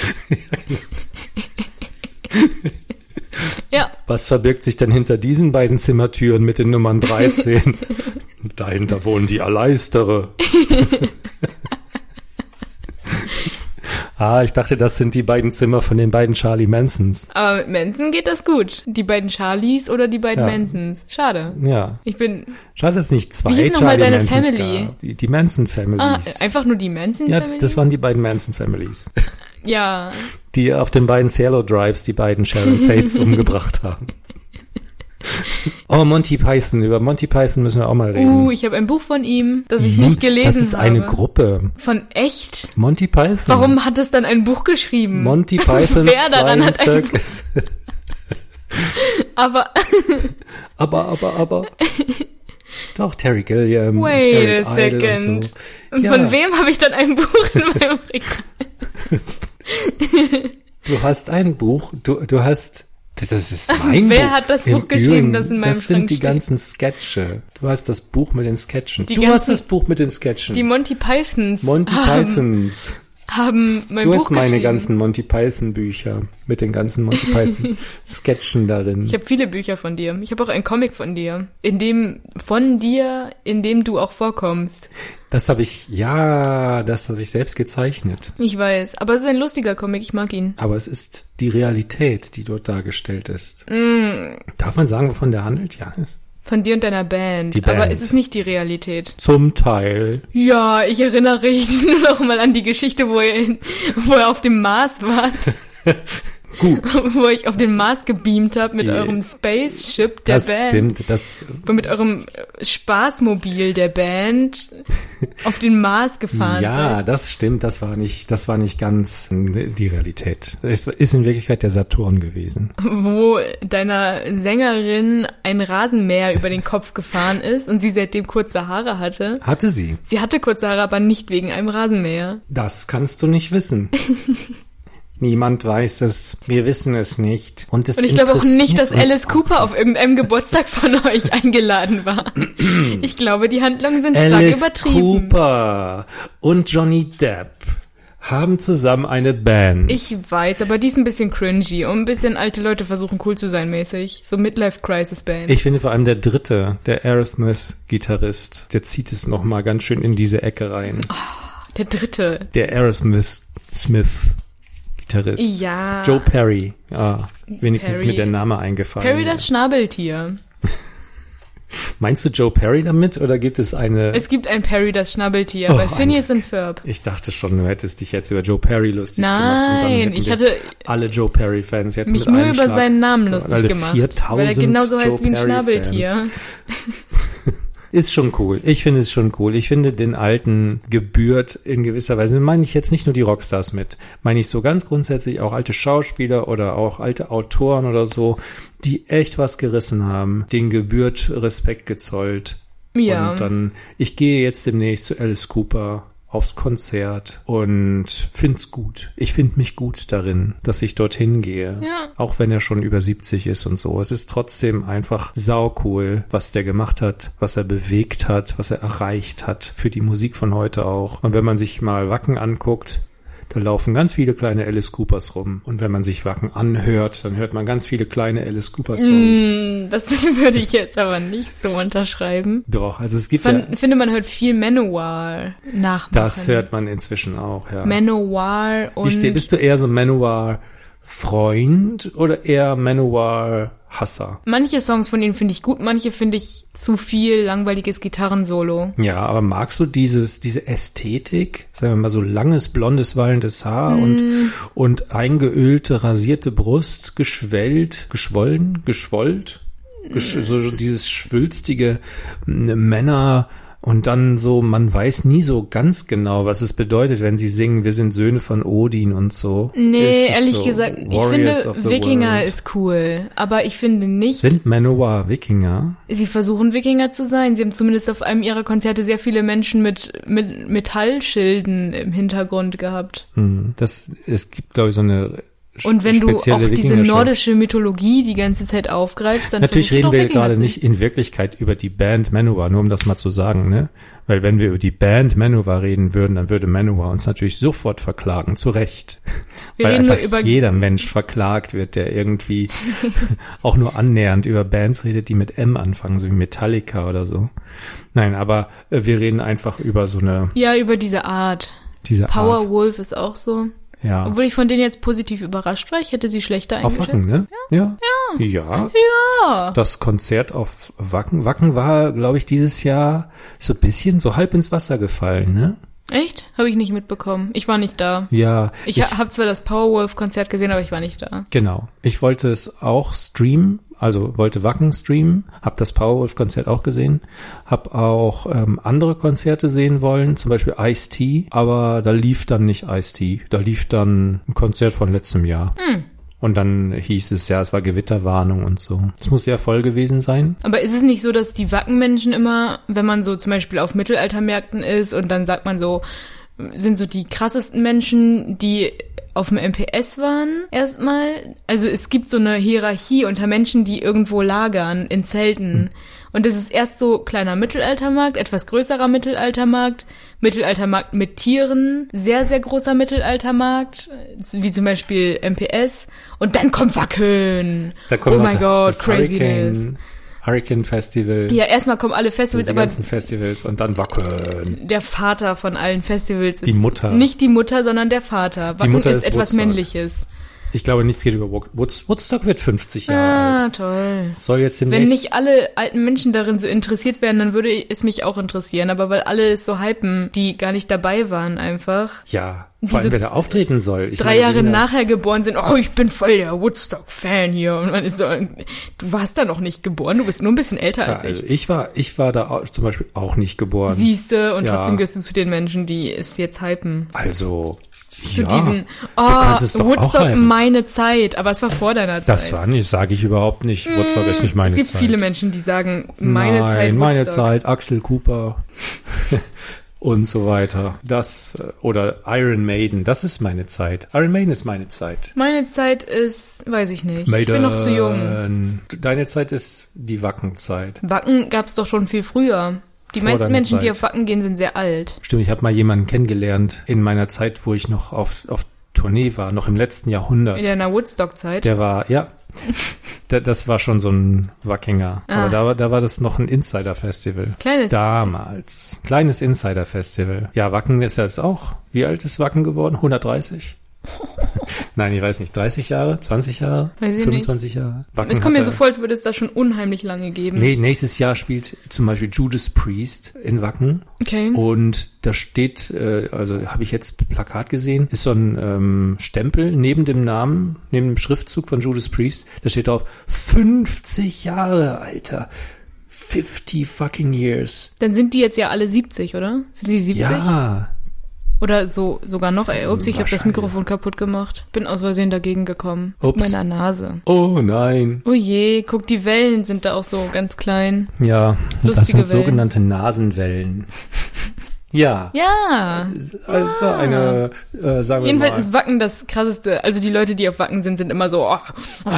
Speaker 2: ja,
Speaker 1: Was verbirgt sich denn hinter diesen beiden Zimmertüren mit den Nummern 13? Dahinter wohnen die Aleistere. ah, ich dachte, das sind die beiden Zimmer von den beiden Charlie Mansons.
Speaker 2: aber mit Manson geht das gut. Die beiden Charlies oder die beiden
Speaker 1: Ja.
Speaker 2: Mansons. Schade.
Speaker 1: Ja,
Speaker 2: Ich bin
Speaker 1: schade, dass es nicht zwei
Speaker 2: Wie hieß noch mal
Speaker 1: Charlie
Speaker 2: seine
Speaker 1: Mansons
Speaker 2: Family?
Speaker 1: gab. Die, die Manson
Speaker 2: ah,
Speaker 1: Families.
Speaker 2: einfach nur die Manson
Speaker 1: ja,
Speaker 2: Family?
Speaker 1: das waren die beiden Manson Families.
Speaker 2: ja,
Speaker 1: die auf den beiden Cielo Drives die beiden Sharon Tates umgebracht haben. Oh, Monty Python. Über Monty Python müssen wir auch mal reden.
Speaker 2: uh, ich habe ein Buch von ihm, das ich
Speaker 1: Hm,
Speaker 2: nicht gelesen
Speaker 1: das ist eine
Speaker 2: habe.
Speaker 1: Gruppe.
Speaker 2: von echt?
Speaker 1: Monty Python.
Speaker 2: Warum hat es dann ein Buch geschrieben?
Speaker 1: Monty Python's
Speaker 2: Wer daran
Speaker 1: Flying
Speaker 2: hat ein Buch?
Speaker 1: Circus.
Speaker 2: Aber
Speaker 1: aber, aber, aber. Doch, Terry Gilliam. und
Speaker 2: Wait
Speaker 1: Eric
Speaker 2: a
Speaker 1: Idle Und
Speaker 2: second.
Speaker 1: so.
Speaker 2: und
Speaker 1: Ja.
Speaker 2: von wem habe ich dann ein Buch in meinem Regal?
Speaker 1: Du hast ein Buch, du, du hast. Das ist mein
Speaker 2: Wer
Speaker 1: Buch.
Speaker 2: hat das
Speaker 1: Im
Speaker 2: Buch geschrieben, das in meinem
Speaker 1: Das sind
Speaker 2: Schrank
Speaker 1: die
Speaker 2: steht?
Speaker 1: ganzen Sketche. Du hast das Buch mit den Sketchen.
Speaker 2: Die
Speaker 1: du hast
Speaker 2: ganzen-
Speaker 1: das Buch mit den Sketchen.
Speaker 2: Die Monty Pythons
Speaker 1: Monty
Speaker 2: haben,
Speaker 1: Pythons.
Speaker 2: haben mein
Speaker 1: Du
Speaker 2: Ähm, Buch
Speaker 1: hast meine
Speaker 2: geschrieben.
Speaker 1: ganzen Monty Python Bücher mit den ganzen Monty Python Sketchen darin.
Speaker 2: Ich habe viele Bücher von dir. Ich habe auch einen Comic von dir, in dem von dir, in dem du auch vorkommst.
Speaker 1: Das habe ich, ja, das habe ich selbst gezeichnet.
Speaker 2: Ich weiß, aber es ist ein lustiger Comic, ich mag ihn.
Speaker 1: Aber es ist
Speaker 2: Mm.
Speaker 1: die Realität, die dort dargestellt ist. Darf man sagen, wovon der handelt? Ja.
Speaker 2: Von dir und deiner Band.
Speaker 1: Die Band.
Speaker 2: Aber es ist nicht die Realität.
Speaker 1: Zum Teil.
Speaker 2: Ja, ich erinnere mich nur noch mal an die Geschichte, wo ihr, wo ihr auf dem Mars wart,
Speaker 1: Gut,
Speaker 2: wo ich auf den Mars gebeamt habe mit
Speaker 1: Die-
Speaker 2: eurem Spaceship der
Speaker 1: das
Speaker 2: Band.
Speaker 1: stimmt. Das,
Speaker 2: Wo mit eurem äh, Spaßmobil der Band auf den Mars gefahren
Speaker 1: ja,
Speaker 2: seid.
Speaker 1: das stimmt. Das war nicht, das war nicht ganz äh, die Realität. Es ist in Wirklichkeit der Saturn gewesen.
Speaker 2: Wo deiner Sängerin ein Rasenmäher über den Kopf gefahren ist und sie seitdem kurze Haare hatte.
Speaker 1: Hatte sie.
Speaker 2: Sie hatte kurze Haare, aber nicht wegen einem Rasenmäher.
Speaker 1: Das kannst du nicht wissen. Niemand weiß es. Wir wissen es nicht. Und, es
Speaker 2: Und ich glaube auch nicht,
Speaker 1: interessiert
Speaker 2: dass
Speaker 1: uns
Speaker 2: Alice
Speaker 1: auch
Speaker 2: Cooper auf irgendeinem Geburtstag von euch eingeladen war. Ich glaube, die Handlungen sind
Speaker 1: Alice
Speaker 2: stark übertrieben.
Speaker 1: Cooper und Johnny Depp haben zusammen eine Band.
Speaker 2: Ich weiß, aber die ist ein bisschen cringy und ein bisschen alte Leute versuchen cool zu sein mäßig. So Midlife-Crisis-Band.
Speaker 1: Ich finde vor allem der dritte, der Aerosmith-Gitarrist, der zieht es nochmal ganz schön in diese Ecke rein.
Speaker 2: Der dritte.
Speaker 1: Der Aerosmith-Gitarrist.
Speaker 2: Ja.
Speaker 1: Joe Perry. Ah, wenigstens
Speaker 2: Perry.
Speaker 1: mit der Name eingefallen.
Speaker 2: Perry das Schnabeltier.
Speaker 1: Meinst du Joe Perry damit oder gibt es eine...
Speaker 2: Es gibt ein Perry das Schnabeltier
Speaker 1: Oh,
Speaker 2: bei
Speaker 1: ein
Speaker 2: Phineas und Ferb.
Speaker 1: ich dachte schon, du hättest dich jetzt über Joe Perry lustig gemacht. und dann
Speaker 2: Nein,
Speaker 1: hätten
Speaker 2: ich
Speaker 1: wir
Speaker 2: hatte
Speaker 1: alle Joe Perry-Fans jetzt
Speaker 2: mich
Speaker 1: mit
Speaker 2: nur
Speaker 1: einem
Speaker 2: über
Speaker 1: Schlag
Speaker 2: seinen Namen
Speaker 1: alle
Speaker 2: lustig gemacht.
Speaker 1: 4000
Speaker 2: weil er genauso
Speaker 1: Joe
Speaker 2: heißt wie ein
Speaker 1: Perry-Fans.
Speaker 2: Schnabeltier.
Speaker 1: Ist schon cool. Ich finde es schon cool. Ich finde den alten gebührt in gewisser Weise. Meine ich jetzt nicht nur die Rockstars mit. Meine ich so ganz grundsätzlich auch alte Schauspieler oder auch alte Autoren oder so, die echt was gerissen haben. Den gebührt Respekt gezollt.
Speaker 2: Ja.
Speaker 1: Und dann, ich gehe jetzt demnächst zu Alice Cooper aufs Konzert und find's gut. Ich find mich gut darin, dass ich dorthin gehe.
Speaker 2: Ja.
Speaker 1: Auch wenn er schon über 70 ist und so. Es ist trotzdem einfach saucool, was der gemacht hat, was er bewegt hat, was er erreicht hat für die Musik von heute auch. Und wenn man sich mal Wacken anguckt, da laufen ganz viele kleine Alice Coopers rum. Und wenn man sich Wacken anhört, dann hört man ganz viele kleine Alice Cooper Songs.
Speaker 2: Mm, Das würde ich jetzt aber nicht so unterschreiben.
Speaker 1: Doch, also es gibt ja,
Speaker 2: Fand, Finde, man hört viel Manowar nachmachen.
Speaker 1: das hört man inzwischen auch, ja.
Speaker 2: Manowar
Speaker 1: Wie ste-
Speaker 2: und
Speaker 1: bist du eher so Manowar-Freund oder eher Manowar-Hasser?
Speaker 2: manche Songs von ihnen finde ich gut, manche finde ich zu viel langweiliges Gitarrensolo.
Speaker 1: Ja, aber magst du dieses, diese Ästhetik? Sagen wir mal so langes, blondes, wallendes Haar
Speaker 2: Mm.
Speaker 1: und, und eingeölte, rasierte Brust, geschwellt, geschwollen, geschwollt? Gesch
Speaker 2: Mm.
Speaker 1: so dieses schwülstige ne, Männer und dann so, man weiß nie so ganz genau, was es bedeutet, wenn sie singen, wir sind Söhne von Odin und so.
Speaker 2: Nee,
Speaker 1: Ist es
Speaker 2: ehrlich
Speaker 1: so,
Speaker 2: gesagt,
Speaker 1: Warriors
Speaker 2: ich
Speaker 1: of
Speaker 2: finde
Speaker 1: the
Speaker 2: Wikinger
Speaker 1: World?
Speaker 2: ist cool, aber ich finde nicht,
Speaker 1: Sind Manowar Wikinger?
Speaker 2: Sie versuchen Wikinger zu sein. Sie haben zumindest auf einem ihrer Konzerte sehr viele Menschen mit, mit Metallschilden im Hintergrund gehabt.
Speaker 1: Hm, Das, es gibt, glaube ich, so eine sch-
Speaker 2: Und wenn du
Speaker 1: spezielle
Speaker 2: auch diese
Speaker 1: Wikinger-Show.
Speaker 2: nordische Mythologie die ganze Zeit aufgreifst, dann
Speaker 1: Natürlich
Speaker 2: versuchst du
Speaker 1: reden
Speaker 2: doch
Speaker 1: wir
Speaker 2: Wikinger
Speaker 1: gerade
Speaker 2: zu sein.
Speaker 1: nicht in Wirklichkeit über die Band Manowar, nur um das mal zu sagen, ne? Weil wenn wir über die Band Manowar reden würden, dann würde Manowar uns natürlich sofort verklagen, zu Recht.
Speaker 2: Wir
Speaker 1: Weil
Speaker 2: reden nur
Speaker 1: einfach
Speaker 2: über
Speaker 1: jeder Mensch verklagt wird, der irgendwie auch nur annähernd über Bands redet, die mit M anfangen, so wie Metallica oder so. Nein, aber äh, wir reden einfach über so eine,
Speaker 2: ja über diese Art.
Speaker 1: diese Art.
Speaker 2: Powerwolf ist auch so.
Speaker 1: Ja.
Speaker 2: Obwohl ich von denen jetzt positiv überrascht war, ich hätte sie schlechter
Speaker 1: Auf
Speaker 2: eingeschätzt.
Speaker 1: Wacken, ne? Ja. Ja. ja. Das Konzert auf Wacken. Wacken war, glaube ich, dieses Jahr so ein bisschen so halb ins Wasser gefallen, ne?
Speaker 2: Echt? Habe ich nicht mitbekommen. Ich war nicht da.
Speaker 1: Ja.
Speaker 2: Ich, ich habe zwar das Powerwolf-Konzert gesehen, aber ich war nicht da.
Speaker 1: genau. Ich wollte es auch streamen, also wollte Wacken streamen, hab das Powerwolf-Konzert auch gesehen, hab auch ähm, andere Konzerte sehen wollen, zum Beispiel Ice-T, aber da lief dann nicht Ice-T, da lief dann ein Konzert von letztem Jahr. Und dann hieß es ja, es war Gewitterwarnung und so. Es muss sehr voll gewesen sein.
Speaker 2: Aber ist es nicht so, dass die Wackenmenschen immer, wenn man so zum Beispiel auf Mittelaltermärkten ist und dann sagt man so, sind so die krassesten Menschen, die auf dem MPS waren erstmal. Also es gibt so eine Hierarchie unter Menschen, die irgendwo lagern, in
Speaker 1: Hm.
Speaker 2: Zelten. Und es ist erst so kleiner Mittelaltermarkt, etwas größerer Mittelaltermarkt, Mittelaltermarkt mit Tieren, sehr, sehr großer Mittelaltermarkt, wie zum Beispiel MPS. Und dann kommt Wacken.
Speaker 1: Da kommen
Speaker 2: oh
Speaker 1: wir
Speaker 2: mein
Speaker 1: zu-
Speaker 2: Gott,
Speaker 1: das
Speaker 2: craziness.
Speaker 1: Hurricane, Hurricane Festival,
Speaker 2: Ja, erstmal kommen alle Festivals,
Speaker 1: diese
Speaker 2: aber
Speaker 1: ganzen Festivals und dann Wacken.
Speaker 2: der Vater von allen Festivals
Speaker 1: Die
Speaker 2: ist
Speaker 1: Mutter.
Speaker 2: nicht die Mutter, sondern der Vater. Wacken
Speaker 1: Mutter
Speaker 2: ist,
Speaker 1: ist
Speaker 2: etwas
Speaker 1: Woodstock.
Speaker 2: Männliches.
Speaker 1: Ich glaube, nichts geht über Wood Woodstock wird 50 Jahre
Speaker 2: Ah,
Speaker 1: alt.
Speaker 2: toll.
Speaker 1: Soll jetzt
Speaker 2: Wenn
Speaker 1: demnächst.
Speaker 2: nicht alle alten Menschen darin so interessiert wären, dann würde ich- es mich auch interessieren. Aber weil alle es so hypen, die gar nicht dabei waren einfach.
Speaker 1: ja,
Speaker 2: diese
Speaker 1: vor allem, wer da auftreten soll. Ich
Speaker 2: Drei
Speaker 1: meine, die
Speaker 2: Jahre
Speaker 1: sind ja-
Speaker 2: nachher geboren sind, oh, ich bin voll der Woodstock-Fan hier. Und man ist so, du warst da noch nicht geboren, du bist nur ein bisschen älter
Speaker 1: Ja,
Speaker 2: als ich.
Speaker 1: also ich war, ich war da au- zum Beispiel auch nicht geboren.
Speaker 2: Siehste, und
Speaker 1: Ja.
Speaker 2: trotzdem gehörst du zu den Menschen, die es jetzt hypen.
Speaker 1: also,
Speaker 2: Zu
Speaker 1: ja,
Speaker 2: diesen, oh,
Speaker 1: du kannst es doch auch
Speaker 2: Woodstock,
Speaker 1: halten.
Speaker 2: meine Zeit. Aber es war vor deiner Zeit.
Speaker 1: Das war nicht, sage ich überhaupt nicht. Woodstock ist nicht meine
Speaker 2: Mm, es gibt
Speaker 1: Zeit.
Speaker 2: viele Menschen, die sagen, meine
Speaker 1: Nein,
Speaker 2: Zeit.
Speaker 1: meine
Speaker 2: Woodstock.
Speaker 1: Zeit, Axel Cooper und so weiter. Das äh, oder Iron Maiden, das ist meine Zeit. Iron Maiden ist meine Zeit.
Speaker 2: Meine Zeit ist, weiß ich nicht. Ich bin noch zu jung.
Speaker 1: Maiden. Deine Zeit ist die Wackenzeit.
Speaker 2: Wacken gab's doch schon viel früher. Die
Speaker 1: Vor
Speaker 2: meisten
Speaker 1: deiner
Speaker 2: Menschen, die
Speaker 1: Zeit.
Speaker 2: auf Wacken gehen, sind sehr alt.
Speaker 1: Stimmt, ich habe mal jemanden kennengelernt in meiner Zeit, wo ich noch auf, auf Tournee war, noch im letzten Jahrhundert.
Speaker 2: In deiner Woodstock-Zeit.
Speaker 1: Der war, ja. Da- das war schon so ein Wackinger.
Speaker 2: Ah.
Speaker 1: Aber da, war- da war das noch ein Insider-Festival.
Speaker 2: Kleines.
Speaker 1: Damals. Kleines Insider-Festival. Ja, Wacken ist ja jetzt auch. Wie alt ist Wacken geworden? 130? Nein, ich weiß nicht. 30 Jahre? 20 Jahre?
Speaker 2: Weiß ich
Speaker 1: 25 Jahre? Wacken
Speaker 2: Es kommt mir
Speaker 1: hatte-
Speaker 2: so vor, als würde es da schon unheimlich lange geben.
Speaker 1: Nee, nächstes Jahr spielt zum Beispiel Judas Priest in Wacken.
Speaker 2: Okay.
Speaker 1: Und da steht, äh, also habe ich jetzt Plakat gesehen, ist so ein ähm, Stempel neben dem Namen, neben dem Schriftzug von Judas Priest. Da steht drauf 50 Jahre, Alter. 50 fucking years.
Speaker 2: Dann sind die jetzt ja alle 70, oder? Sind sie 70?
Speaker 1: Ja.
Speaker 2: Oder so sogar noch. Ey, ups, ich habe das
Speaker 1: Wahrscheinlich.
Speaker 2: Mikrofon kaputt gemacht. Bin aus Versehen dagegen gekommen.
Speaker 1: Ups.
Speaker 2: Mit meiner Nase.
Speaker 1: Oh nein.
Speaker 2: Oh je, guck, die Wellen sind da auch so ganz klein.
Speaker 1: Ja, das
Speaker 2: Lustige
Speaker 1: sind
Speaker 2: Wellen.
Speaker 1: sogenannte Nasenwellen. Ja.
Speaker 2: Ja.
Speaker 1: Es es war eine, äh, sagen wir
Speaker 2: Jedenfalls
Speaker 1: mal.
Speaker 2: ist Wacken das krasseste. Also die Leute, die auf Wacken sind, sind immer so, oh, oh,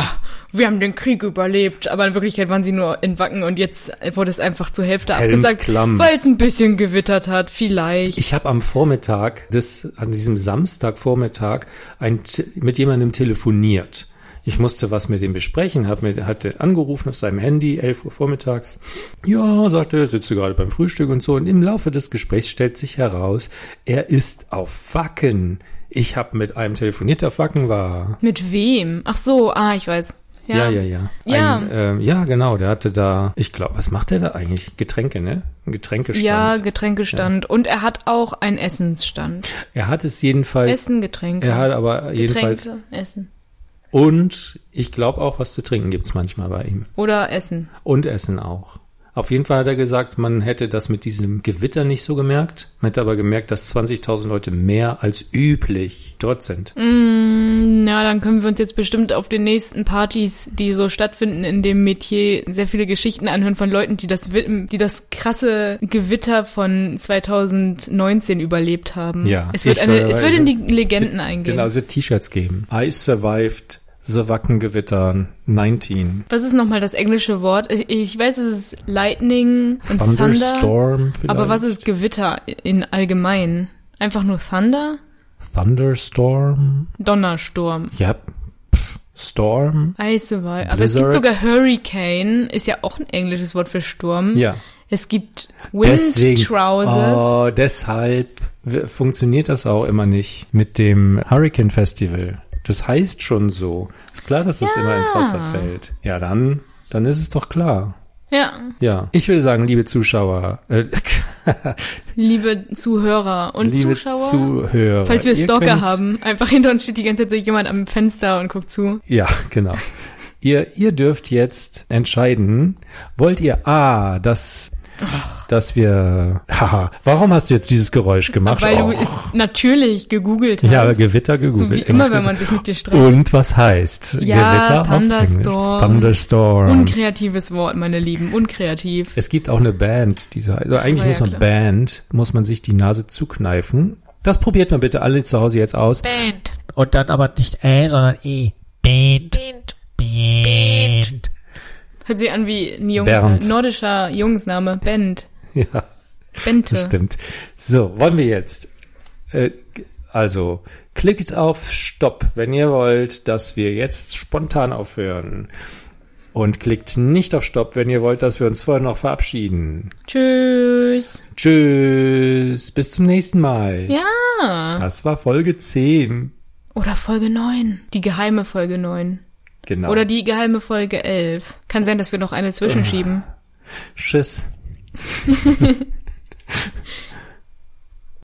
Speaker 2: wir haben den Krieg überlebt. Aber in Wirklichkeit waren sie nur in Wacken und jetzt wurde es einfach zur Hälfte
Speaker 1: Helms
Speaker 2: abgesagt,
Speaker 1: Klamm.
Speaker 2: weil es ein bisschen gewittert hat, vielleicht.
Speaker 1: Ich habe am Vormittag, des, an diesem Samstagvormittag, ein, T- mit jemandem telefoniert. Ich musste was mit ihm besprechen, hab mit, hat den angerufen auf seinem Handy, 11 Uhr vormittags. Ja, sagte er, sitze gerade beim Frühstück und so. Und im Laufe des Gesprächs stellt sich heraus, er ist auf Wacken. Ich habe mit einem telefoniert, der auf Wacken war.
Speaker 2: Mit wem? Ach so, ah, ich weiß.
Speaker 1: Ja,
Speaker 2: Ja,
Speaker 1: ja, ja.
Speaker 2: Ja.
Speaker 1: Ein, ähm, ja, genau, der hatte da, ich glaube, was macht der da eigentlich? Getränke, ne? Ein Getränkestand.
Speaker 2: Ja, Getränkestand. Und er hat auch einen Essensstand.
Speaker 1: er hat es jedenfalls,
Speaker 2: Essen, Getränke.
Speaker 1: er hat aber jedenfalls
Speaker 2: Getränke, Essen.
Speaker 1: Und ich glaube auch, was zu trinken gibt's manchmal bei ihm.
Speaker 2: Oder Essen.
Speaker 1: Und Essen auch. Auf jeden Fall hat er gesagt, man hätte das mit diesem Gewitter nicht so gemerkt. Man hätte aber gemerkt, dass 20.000 Leute mehr als üblich dort sind.
Speaker 2: Mhm. Mm, Na, dann können wir uns jetzt bestimmt auf den nächsten Partys, die so stattfinden in dem Metier, sehr viele Geschichten anhören von Leuten, die das, Wi- die das krasse Gewitter von 2019 überlebt haben.
Speaker 1: Ja,
Speaker 2: Es wird,
Speaker 1: ich
Speaker 2: eine,
Speaker 1: war-
Speaker 2: es wird in die Legenden
Speaker 1: Genau,
Speaker 2: eingehen.
Speaker 1: also T-Shirts geben. I survived the Wackengewitter 19.
Speaker 2: Was ist nochmal das englische Wort? Ich, ich weiß, es ist Lightning und Thunder.
Speaker 1: Thunderstorm vielleicht.
Speaker 2: Aber was ist Gewitter in allgemein? Einfach nur Thunder?
Speaker 1: Thunderstorm?
Speaker 2: Donnersturm.
Speaker 1: Ja. Pff, Storm?
Speaker 2: Eise war. Aber es gibt
Speaker 1: Blizzard.
Speaker 2: sogar Hurricane, ist ja auch ein englisches Wort für Sturm.
Speaker 1: Ja.
Speaker 2: Es gibt Wind Trousers.
Speaker 1: Oh, deshalb w- funktioniert das auch immer nicht mit dem Hurricane Festival. Das heißt schon so. Ist klar, dass das
Speaker 2: Ja.
Speaker 1: immer ins Wasser fällt. Ja, dann, dann ist es doch klar.
Speaker 2: Ja,
Speaker 1: Ja. Ich will sagen, liebe Zuschauer, äh,
Speaker 2: liebe Zuhörer und
Speaker 1: liebe
Speaker 2: Zuschauer.
Speaker 1: Zuhörer.
Speaker 2: falls wir
Speaker 1: ihr
Speaker 2: Stalker
Speaker 1: könnt-
Speaker 2: haben, einfach hinter uns steht die ganze Zeit so jemand am Fenster und guckt zu.
Speaker 1: Ja, genau. ihr, ihr dürft jetzt entscheiden, wollt ihr A, dass, dass wir, haha, warum hast du jetzt dieses Geräusch gemacht?
Speaker 2: weil du
Speaker 1: Oh.
Speaker 2: es natürlich gegoogelt hast.
Speaker 1: Ich habe Gewitter gegoogelt.
Speaker 2: So wie immer, wenn
Speaker 1: Gewitter.
Speaker 2: man sich mit dir streitet.
Speaker 1: Und was heißt
Speaker 2: Ja,
Speaker 1: Gewitter
Speaker 2: Thunderstorm.
Speaker 1: auf Englisch? Thunderstorm.
Speaker 2: Unkreatives Wort, meine Lieben, unkreativ.
Speaker 1: es gibt auch eine Band, diese, also eigentlich
Speaker 2: Aber
Speaker 1: muss
Speaker 2: ja,
Speaker 1: man
Speaker 2: klar.
Speaker 1: Band, muss man sich die Nase zukneifen. Das probiert man bitte alle zu Hause jetzt aus.
Speaker 2: Band.
Speaker 3: Und dann aber nicht Ä, sondern E. Band. Band. Band.
Speaker 2: Hört sich an wie ein Jungs
Speaker 1: Bernd.
Speaker 2: nordischer Jungsname. Band.
Speaker 1: Ja,
Speaker 2: Bente.
Speaker 1: das stimmt. So, wollen wir jetzt. Äh, also, klickt auf Stopp, wenn ihr wollt, dass wir jetzt spontan aufhören. Und klickt nicht auf Stopp, wenn ihr wollt, dass wir uns vorher noch verabschieden.
Speaker 2: Tschüss.
Speaker 1: Tschüss, bis zum nächsten Mal.
Speaker 2: Ja.
Speaker 1: Das war Folge 10.
Speaker 2: Oder Folge 9. Die geheime Folge 9.
Speaker 1: Genau.
Speaker 2: Oder die geheime Folge 11. Kann sein, dass wir noch eine zwischenschieben.
Speaker 1: Tschüss.